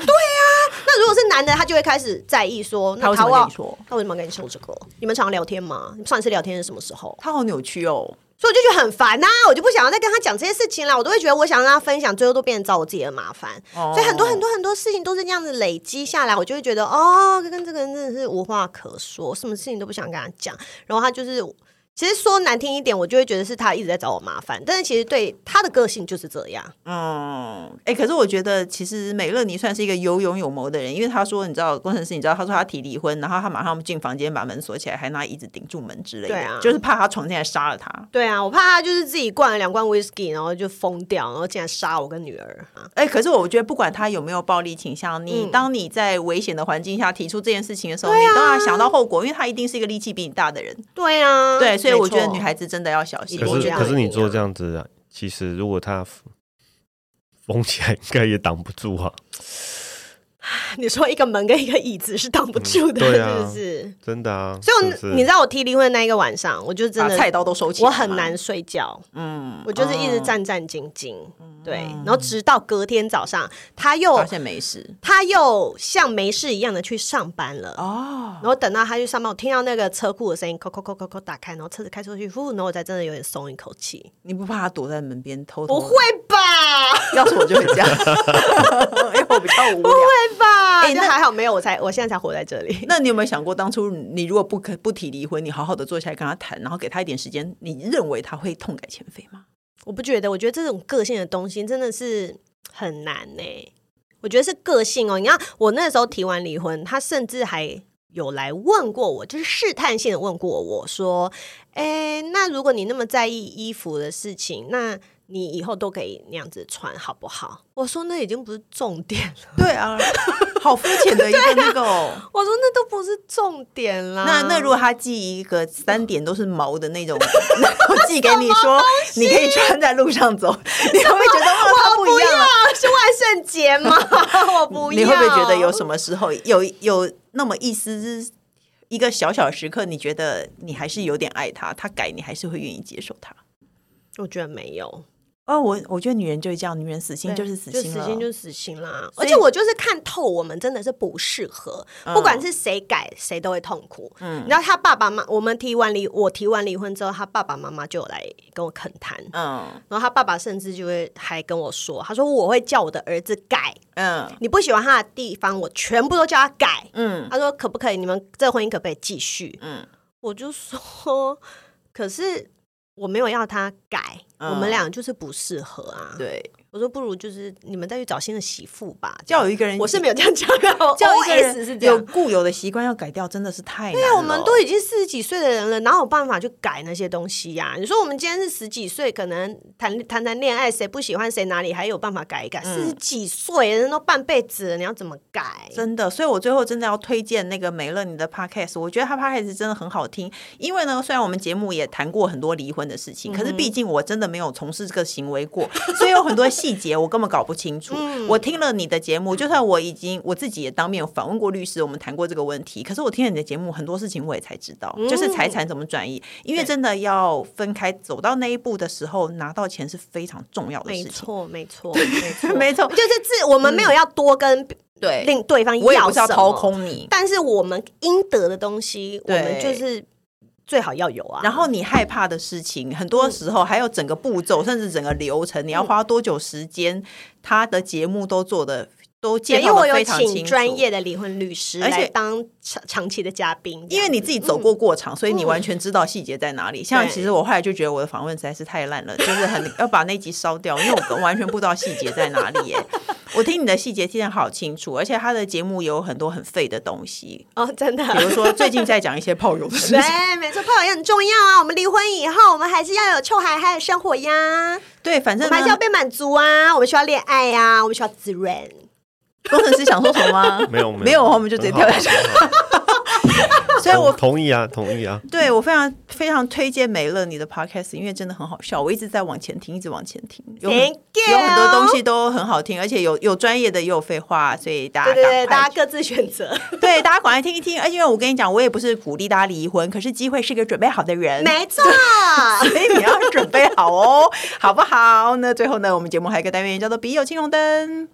[SPEAKER 2] 那如果是男的，他就会开始在意说，
[SPEAKER 1] 他
[SPEAKER 2] 那
[SPEAKER 1] 为什么
[SPEAKER 2] 为
[SPEAKER 1] 跟你说
[SPEAKER 2] 他为什么跟你说这个？你们常聊天吗？你上一次聊天是什么时候？
[SPEAKER 1] 他好扭曲哦。
[SPEAKER 2] 所以我就觉得很烦呐、我就不想要再跟他讲这些事情了。我都会觉得我想跟他分享，最后都变成找我自己的麻烦。
[SPEAKER 1] 哦
[SPEAKER 2] 所以很多很多很多事情都是这样子累积下来，我就会觉得哦，跟这个人真的是无话可说，什么事情都不想跟他讲。然后他就是，其实说难听一点，我就会觉得是他一直在找我麻烦。但是其实对他的个性就是这样，
[SPEAKER 1] 嗯，哎、可是我觉得其实美乐妮算是一个有勇有谋的人，因为他说，你知道工程师，你知道他说他提离婚，然后他马上进房间把门锁起来，还拿椅子顶住门之类的，
[SPEAKER 2] 对啊
[SPEAKER 1] 就是怕他闯进来杀了他。
[SPEAKER 2] 对啊，我怕他就是自己灌了两罐 whisky，然后就疯掉，然后竟然杀我跟女儿啊！
[SPEAKER 1] 哎、可是我觉得不管他有没有暴力倾向，你
[SPEAKER 2] 嗯啊
[SPEAKER 1] 当你在危险的环境下提出这件事情的时候，你都要想到后果，因为他一定是一个力气比你大的人。
[SPEAKER 2] 对啊，
[SPEAKER 1] 对，所以
[SPEAKER 2] 没
[SPEAKER 1] 我觉得
[SPEAKER 2] 错
[SPEAKER 1] 女
[SPEAKER 2] <laughs>
[SPEAKER 1] 孩子真的要小心。
[SPEAKER 2] 一
[SPEAKER 3] 可
[SPEAKER 2] 定
[SPEAKER 3] 是
[SPEAKER 2] 要
[SPEAKER 3] 可是
[SPEAKER 2] 一
[SPEAKER 3] 你
[SPEAKER 2] 定
[SPEAKER 3] 做
[SPEAKER 2] 要
[SPEAKER 3] 这样子啊，其实如果他封起来，应该也挡不住啊，
[SPEAKER 2] 你说一个门跟一个椅子是挡不住的，
[SPEAKER 3] 嗯对啊
[SPEAKER 2] 是不是？
[SPEAKER 3] 真的啊。
[SPEAKER 2] 所以我
[SPEAKER 3] 是不是
[SPEAKER 2] 你知道我提离婚的那一个晚上，我就真
[SPEAKER 1] 把
[SPEAKER 2] 的
[SPEAKER 1] 菜刀都收起来，
[SPEAKER 2] 我很难。睡觉，
[SPEAKER 1] 嗯，
[SPEAKER 2] 我就是一直
[SPEAKER 1] 哦
[SPEAKER 2] 战战兢兢，对，然后直到隔天早上，他又
[SPEAKER 1] 发现没事
[SPEAKER 2] 他又像没事一样的去上班了。
[SPEAKER 1] 哦。
[SPEAKER 2] 然后等到他去上班，我听到那个车库的声音，扣扣扣扣扣打开，然后车子开出去，呼，然后我才真的有点松一口气。
[SPEAKER 1] 你不怕他躲在门边偷偷？
[SPEAKER 2] 不会，吧？
[SPEAKER 1] 要是我就会这样， <laughs> 因为我比较无聊。
[SPEAKER 2] 会吧？
[SPEAKER 1] 哎
[SPEAKER 2] 哎，那
[SPEAKER 1] 那
[SPEAKER 2] 还好没有，我才我现在才活在这里。
[SPEAKER 1] 那你有没有想过，当初你如果不可不提离婚，你好好的坐下来跟他谈，然后给他一点时间，你认为他会痛改前非吗？
[SPEAKER 2] 我不觉得，我觉得这种个性的东西真的是很难呢、我觉得是个性哦。你看，我那时候提完离婚，他甚至还有来问过我，就是试探性的问过我说：“哎、那如果你那么在意衣服的事情，那你以后都可以那样子穿，好不好？”我说：“那已经不是重点了，
[SPEAKER 1] <laughs>
[SPEAKER 2] <laughs>
[SPEAKER 1] 对啊，好肤浅 <laughs> 的一个那个、哦。
[SPEAKER 2] 我说那都不是重点啦。
[SPEAKER 1] 那那如果他寄一个三点都是毛的那种，然后寄给你说你可以穿在路上走，你会不会觉得哇，他不一
[SPEAKER 2] 不要
[SPEAKER 1] 样了？
[SPEAKER 2] 是万圣节吗？ <laughs> 我不要。
[SPEAKER 1] 你会不会觉得有什么时候有有那么一丝一个小小时刻，你觉得你还是有点爱他，他改你还是会愿意接受他？
[SPEAKER 2] 我觉得没有。
[SPEAKER 1] 哦，我我觉得女人就是这样，女人死心就
[SPEAKER 2] 对
[SPEAKER 1] 是死心
[SPEAKER 2] 就
[SPEAKER 1] 了，
[SPEAKER 2] 死心就是死心啦。
[SPEAKER 1] 所
[SPEAKER 2] 而
[SPEAKER 1] 以
[SPEAKER 2] 且我就是看透，我们真的是不适合，
[SPEAKER 1] 嗯
[SPEAKER 2] 不管是谁改，谁都会痛苦。
[SPEAKER 1] 嗯
[SPEAKER 2] 嗯，你知道他爸爸妈，我们提完离，我提完离婚之后，他爸爸妈妈就有来跟我恳谈，
[SPEAKER 1] 嗯
[SPEAKER 2] 然后他爸爸甚至就会还跟我说，他说我会叫我的儿子改，
[SPEAKER 1] 嗯
[SPEAKER 2] 你不喜欢他的地方，我全部都叫他改。
[SPEAKER 1] 嗯，
[SPEAKER 2] 他说可不可以？你们这婚姻可不可以继续？嗯
[SPEAKER 1] 嗯，
[SPEAKER 2] 我就说，可是我没有要他改，
[SPEAKER 1] 嗯
[SPEAKER 2] 我们俩就是不适合啊。
[SPEAKER 1] 对，
[SPEAKER 2] 我说不如就是你们再去找新的媳妇吧。这样
[SPEAKER 1] 叫有一个人，
[SPEAKER 2] 我是没有这样讲 <laughs> 的，
[SPEAKER 1] 叫一个
[SPEAKER 2] OS 是
[SPEAKER 1] 人
[SPEAKER 2] 这
[SPEAKER 1] 有
[SPEAKER 2] 样。
[SPEAKER 1] 固有的习惯要改掉，真的是太难
[SPEAKER 2] 对啊，我们
[SPEAKER 1] 了
[SPEAKER 2] 都已经四十几岁的人了，哪有办法去改那些东西呀、你说我们今天是十几岁，可能谈谈谈恋爱，谁不喜欢谁，哪里还有办法改一改？四十几岁，人都半辈子了，你要怎么改？
[SPEAKER 1] 真的，所以我最后真的要推荐那个美乐你的 podcast，我觉得他 podcast 真的很好听。因为呢，虽然我们节目也谈过很多离婚的事情，
[SPEAKER 2] 嗯
[SPEAKER 1] 可是毕竟我真的没有从事这个行为过，所以有很多细节我根本搞不清楚。
[SPEAKER 2] 嗯
[SPEAKER 1] 我听了你的节目，就算我已经我自己也当面访问过律师，我们谈过这个问题，可是我听了你的节目，很多事情我也才知道，就是财
[SPEAKER 2] 嗯
[SPEAKER 1] 产怎么转移。因为真的要分开走到那一步的时候，拿到钱是非常重要的
[SPEAKER 2] 没
[SPEAKER 1] 事情。
[SPEAKER 2] 错，没 <laughs> 错，没错嗯哎
[SPEAKER 1] 没错
[SPEAKER 2] 就是自我们没有要多跟
[SPEAKER 1] 对
[SPEAKER 2] 令对方
[SPEAKER 1] 我也
[SPEAKER 2] 要
[SPEAKER 1] 不是要
[SPEAKER 2] 什
[SPEAKER 1] 掏
[SPEAKER 2] 么，
[SPEAKER 1] 空你，
[SPEAKER 2] 但是我们应得的东西，我们
[SPEAKER 1] 对
[SPEAKER 2] 就是最好要有啊。
[SPEAKER 1] 然后你害怕的事情，很
[SPEAKER 2] 嗯
[SPEAKER 1] 多时候还有整个步骤，甚至整个流程，你要花多久时间，他的节目都做的都介
[SPEAKER 2] 因为
[SPEAKER 1] 绍
[SPEAKER 2] 我
[SPEAKER 1] 的
[SPEAKER 2] 有
[SPEAKER 1] 非常清楚。
[SPEAKER 2] 请专业的离婚律师
[SPEAKER 1] 而且
[SPEAKER 2] 来当长长期的嘉宾，
[SPEAKER 1] 因为你自己走过过场，所以你完全知道细节在哪里。像
[SPEAKER 2] 对
[SPEAKER 1] 其实我后来就觉得我的访问实在是太烂了，就是很要把那集烧掉，因为我完全不知道细节在哪里耶。我听你的细节听得好清楚，而且他的节目有很多很废的东西，
[SPEAKER 2] 哦，真的，
[SPEAKER 1] 比如说最近在讲一些 <laughs> 炮友的事情。
[SPEAKER 2] <laughs> 对，没错，炮友也很重要啊。我们离婚以后，我们还是要有臭孩孩的生活呀，
[SPEAKER 1] 对，反
[SPEAKER 2] 我
[SPEAKER 1] 正
[SPEAKER 2] 们还是
[SPEAKER 1] 呢
[SPEAKER 2] 要，被满足啊，我们需要恋爱呀、我们需要滋润。
[SPEAKER 1] 工程师想说什么吗？
[SPEAKER 3] <laughs> 没有
[SPEAKER 1] 没有，我们就直接跳
[SPEAKER 3] <laughs>
[SPEAKER 1] 下去。 <laughs> 所以我
[SPEAKER 3] 我同意啊，同意啊。
[SPEAKER 1] 对我非常非常推荐美乐你的 podcast，因为真的很好笑，我一直在往前听，一直往前听，有很
[SPEAKER 2] Thank you
[SPEAKER 1] 有很多东西都很好听，而且有有专业的，也有废话，所以大家
[SPEAKER 2] 对对
[SPEAKER 1] 赶快
[SPEAKER 2] 对，大家各自
[SPEAKER 1] <laughs>
[SPEAKER 2] 选择，
[SPEAKER 1] 对大家赶快听一听。而且因为我跟你讲，我也不是鼓励大家离婚，可是机会是个准备好的人。
[SPEAKER 2] 没错。 <laughs>
[SPEAKER 1] 所以你要准备好哦，好不好？那最后呢，我们节目还有一个单元叫做“笔友青红灯”，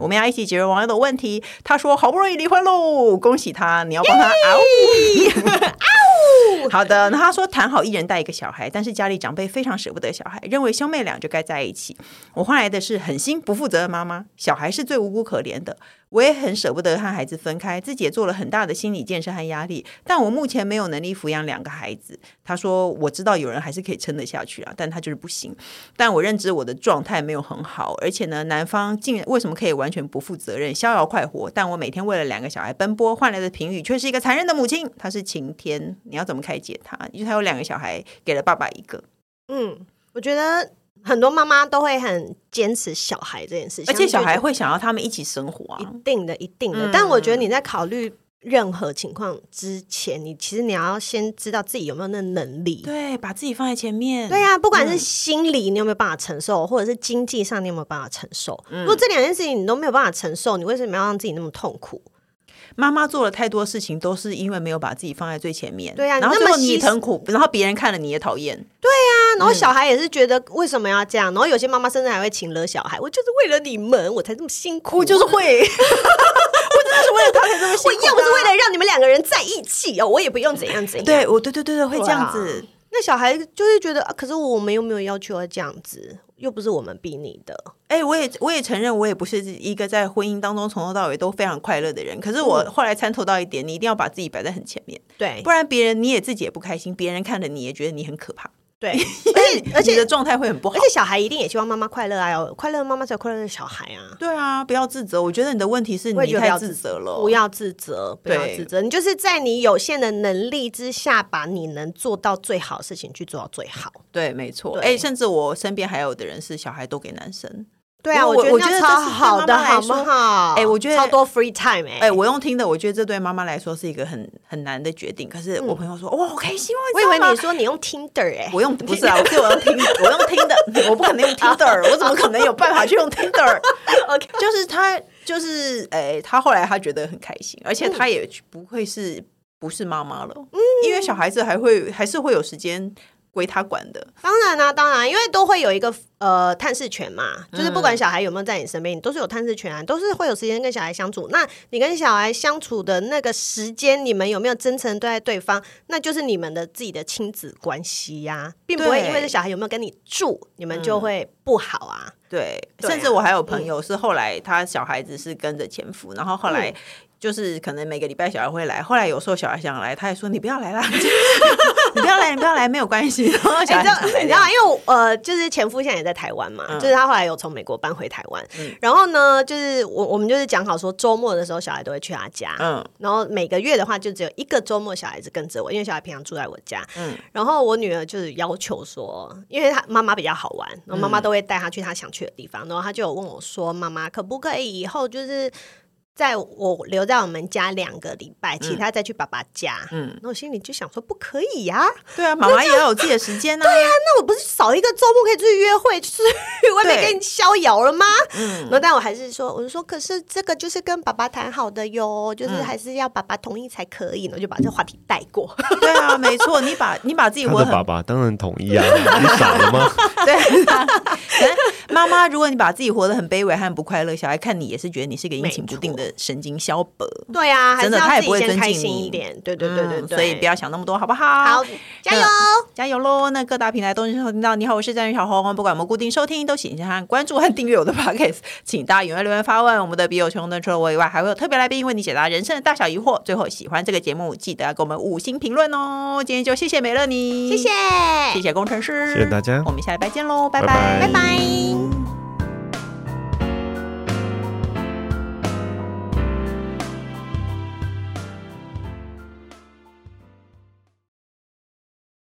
[SPEAKER 1] 我们要一起解决网友的问题。他说好不容易离婚喽，恭喜他，你要帮他啊呜 <laughs> 啊呜。好的，那他说谈好一人带一个小孩，但是家里长辈非常舍不得小孩，认为兄妹俩就该在一起。我换来的是狠心不负责的妈妈，小孩是最无辜可怜的。我也很舍不得和孩子分开，自己也做了很大的心理建设和压力，但我目前没有能力抚养两个孩子。他说：“我知道有人还是可以撑得下去啊，但他就是不行。但我认知我的状态没有很好，而且呢，男方竟然为什么可以完全不负责任、逍遥快活？但我每天为了两个小孩奔波，换来的评语却是一个残忍的母亲。他是晴天，你要怎么开解他？因为他有两个小孩，给了爸爸一个，
[SPEAKER 2] 嗯，我觉得很多妈妈都会很坚持小孩这件事情，
[SPEAKER 1] 而且小
[SPEAKER 2] 他们
[SPEAKER 1] 孩
[SPEAKER 2] 就
[SPEAKER 1] 会想要他们一起生活啊
[SPEAKER 2] 觉得。一定的，一定的。
[SPEAKER 1] 嗯
[SPEAKER 2] 但我觉得你在考虑任何情况之前，你其实你要先知道自己有没有那能力。
[SPEAKER 1] 对，把自己放在前面。
[SPEAKER 2] 对呀、不管是
[SPEAKER 1] 嗯
[SPEAKER 2] 心理你有没有办法承受，或者是经济上你有没有办法承受，如果这两件事情你都没有办法承受，你为什么要让自己那么痛苦？啊
[SPEAKER 1] 妈妈做了太多事情，都是因为没有把自己放在最前面。
[SPEAKER 2] 对啊
[SPEAKER 1] 然后
[SPEAKER 2] 你
[SPEAKER 1] 最
[SPEAKER 2] 那么
[SPEAKER 1] 后你
[SPEAKER 2] 牺牲
[SPEAKER 1] 很苦，然后别人看了你也讨厌。
[SPEAKER 2] 啊，然后小孩也是觉得为什么要这样？然后有些妈妈甚至还会请了小孩，我就是为了你们我才这么辛苦，我
[SPEAKER 1] 就是
[SPEAKER 2] <laughs>
[SPEAKER 1] 会，
[SPEAKER 2] 是为了他才这么辛苦、我要不是为了让你们两个人在一起哦，我也不用怎样怎样。
[SPEAKER 1] 对我，对对对对，会这样
[SPEAKER 2] 对
[SPEAKER 1] 子。
[SPEAKER 2] 啊那小孩就是觉得，啊、可是我们又没有要求要这样子，又不是我们逼你的。
[SPEAKER 1] 哎、我也我也承认，我也不是一个在婚姻当中从头到尾都非常快乐的人。可是我后来参透到一点，你一定要把自己摆在很前面，
[SPEAKER 2] 对
[SPEAKER 1] 不，然别人你也自己也不开心，别人看着你也觉得你很可 <laughs> 怕，
[SPEAKER 2] 对， <laughs> 而且而
[SPEAKER 1] 你的
[SPEAKER 2] 且
[SPEAKER 1] 状态会很不好
[SPEAKER 2] 哦而。且小孩一定也希望妈妈快乐啊，有快乐的妈妈才有快乐的小孩啊。
[SPEAKER 1] <laughs> 对啊，不要自责。我觉得你的问题是
[SPEAKER 2] 我也
[SPEAKER 1] 你
[SPEAKER 2] 觉得不
[SPEAKER 1] 太
[SPEAKER 2] 要
[SPEAKER 1] 自责了，
[SPEAKER 2] 不要自责，不要
[SPEAKER 1] 对
[SPEAKER 2] 自责，你就是在你有限的能力之下，把你能做到最好的事情去做到最好。
[SPEAKER 1] 对，没错。哎、
[SPEAKER 2] 对
[SPEAKER 1] 甚至我身边还有的人是小孩都给男生。
[SPEAKER 2] 对啊，
[SPEAKER 1] 我
[SPEAKER 2] 我觉
[SPEAKER 1] 我觉
[SPEAKER 2] 那
[SPEAKER 1] 得
[SPEAKER 2] 超
[SPEAKER 1] 这是对
[SPEAKER 2] 好的，
[SPEAKER 1] 妈妈来
[SPEAKER 2] 好不
[SPEAKER 1] 说
[SPEAKER 2] 好？
[SPEAKER 1] 哎我觉得
[SPEAKER 2] 超多 free time 哎、
[SPEAKER 1] 哎、我用听的，我觉得这对妈妈来说是一个很很难的决定。可是我朋友说，哇、好开心哦！
[SPEAKER 2] 嗯我以
[SPEAKER 1] 知道
[SPEAKER 2] 为
[SPEAKER 1] 吗
[SPEAKER 2] 你说你用 Tinder 哎、
[SPEAKER 1] <laughs> 我用不是啊，我是我用听，我用听的，我不可
[SPEAKER 2] <laughs>
[SPEAKER 1] 能
[SPEAKER 2] 啊
[SPEAKER 1] 用 Tinder，我怎么可能有办法去用 Tinder？
[SPEAKER 2] OK
[SPEAKER 1] 就是他，就是诶、他后来他觉得很开心，而且
[SPEAKER 2] 嗯
[SPEAKER 1] 他也不会是、不是妈妈了，因为小孩子还会还是会有时间归他管的，
[SPEAKER 2] 当然啦、当然，因为都会有一个呃探视权嘛，就是不管小孩有没有在你身边，你都是有探视权啊，都是会有时间跟小孩相处。那你跟小孩相处的那个时间，你们有没有真诚对待对方，那就是你们的自己的亲子关系呀、并不会
[SPEAKER 1] 对
[SPEAKER 2] 因为这小孩有没有跟你住，你们就会不好啊。
[SPEAKER 1] 对，
[SPEAKER 2] 对啊
[SPEAKER 1] 甚至我还有朋友是后来他小孩子是跟着前夫，然后后来。
[SPEAKER 2] 嗯
[SPEAKER 1] 就是可能每个礼拜小孩会来，后来有时候小孩想来，他还说你不要来啦， <laughs> 你不要来，你不要来，没有关系。然 <laughs> 后小
[SPEAKER 2] <laughs>
[SPEAKER 1] 孩
[SPEAKER 2] 哎你知道
[SPEAKER 1] 想来
[SPEAKER 2] 你知道，因为我呃，就是前夫现在也在台湾嘛，
[SPEAKER 1] 嗯
[SPEAKER 2] 就是他后来有从美国搬回台湾，然后呢，就是我我们就是讲好说周末的时候小孩都会去他家，
[SPEAKER 1] 嗯
[SPEAKER 2] 然后每个月的话就只有一个周末小孩子跟着我，因为小孩平常住在我家，
[SPEAKER 1] 嗯
[SPEAKER 2] 然后我女儿就是要求说，因为她妈妈比较好玩，然后妈妈都会带她去她想去的地方，然后她就有问我说，妈妈可不可以以后就是。在我留在我们家两个礼拜，其他再去爸爸家。嗯，那我心里就想说，不可以呀、
[SPEAKER 1] 对啊，妈妈也要有自己的时间呐、啊对呀、
[SPEAKER 2] 那我不是少一个周末可以出去约会， <laughs> 去外面
[SPEAKER 1] 对
[SPEAKER 2] 跟你逍遥了吗？
[SPEAKER 1] 嗯
[SPEAKER 2] 然后但我还是说，我就说，可是这个就是跟爸爸谈好的
[SPEAKER 1] 嗯
[SPEAKER 2] 哟，就是还是要爸爸同意才可以呢，我就把这个话题带过。 <laughs>
[SPEAKER 1] 对啊，没错，你把你把自己
[SPEAKER 3] 他
[SPEAKER 1] 活
[SPEAKER 3] 的
[SPEAKER 1] 很
[SPEAKER 3] 爸爸当然同意啊，你傻了吗？
[SPEAKER 1] 对啊，可能妈妈，如果你把自己活得很卑微和不快乐，小孩看你也是觉得你是个阴晴不定的的神经消薄。
[SPEAKER 2] 对啊，还
[SPEAKER 1] 真的
[SPEAKER 2] 是
[SPEAKER 1] 他
[SPEAKER 2] 要
[SPEAKER 1] 也
[SPEAKER 2] 自
[SPEAKER 1] 不会
[SPEAKER 2] 己先
[SPEAKER 1] 尊
[SPEAKER 2] 开
[SPEAKER 1] 敬
[SPEAKER 2] 心
[SPEAKER 1] 你
[SPEAKER 2] 一点。对对对对
[SPEAKER 1] 嗯
[SPEAKER 2] 对，
[SPEAKER 1] 所以不要 <laughs> 想那么多，好不好？
[SPEAKER 2] 好，加油。
[SPEAKER 1] 加油喽！那各大平台都能收听到。你好，我是战宇小红。不管我们固定收听，都请先按关注和订阅我的 <laughs> podcast。请大家踊跃留言发问。我们的笔友穷的除了我以外，还会有特别来宾为你解答人生的大小疑惑。最后，喜欢这个节目，记得要给我们五星评论哦。今天就谢谢美乐你，
[SPEAKER 2] 谢谢，
[SPEAKER 1] 嗯谢谢工程师，
[SPEAKER 3] 谢谢大家
[SPEAKER 1] 我们下礼拜见喽，
[SPEAKER 3] 拜
[SPEAKER 1] 拜
[SPEAKER 2] 拜拜。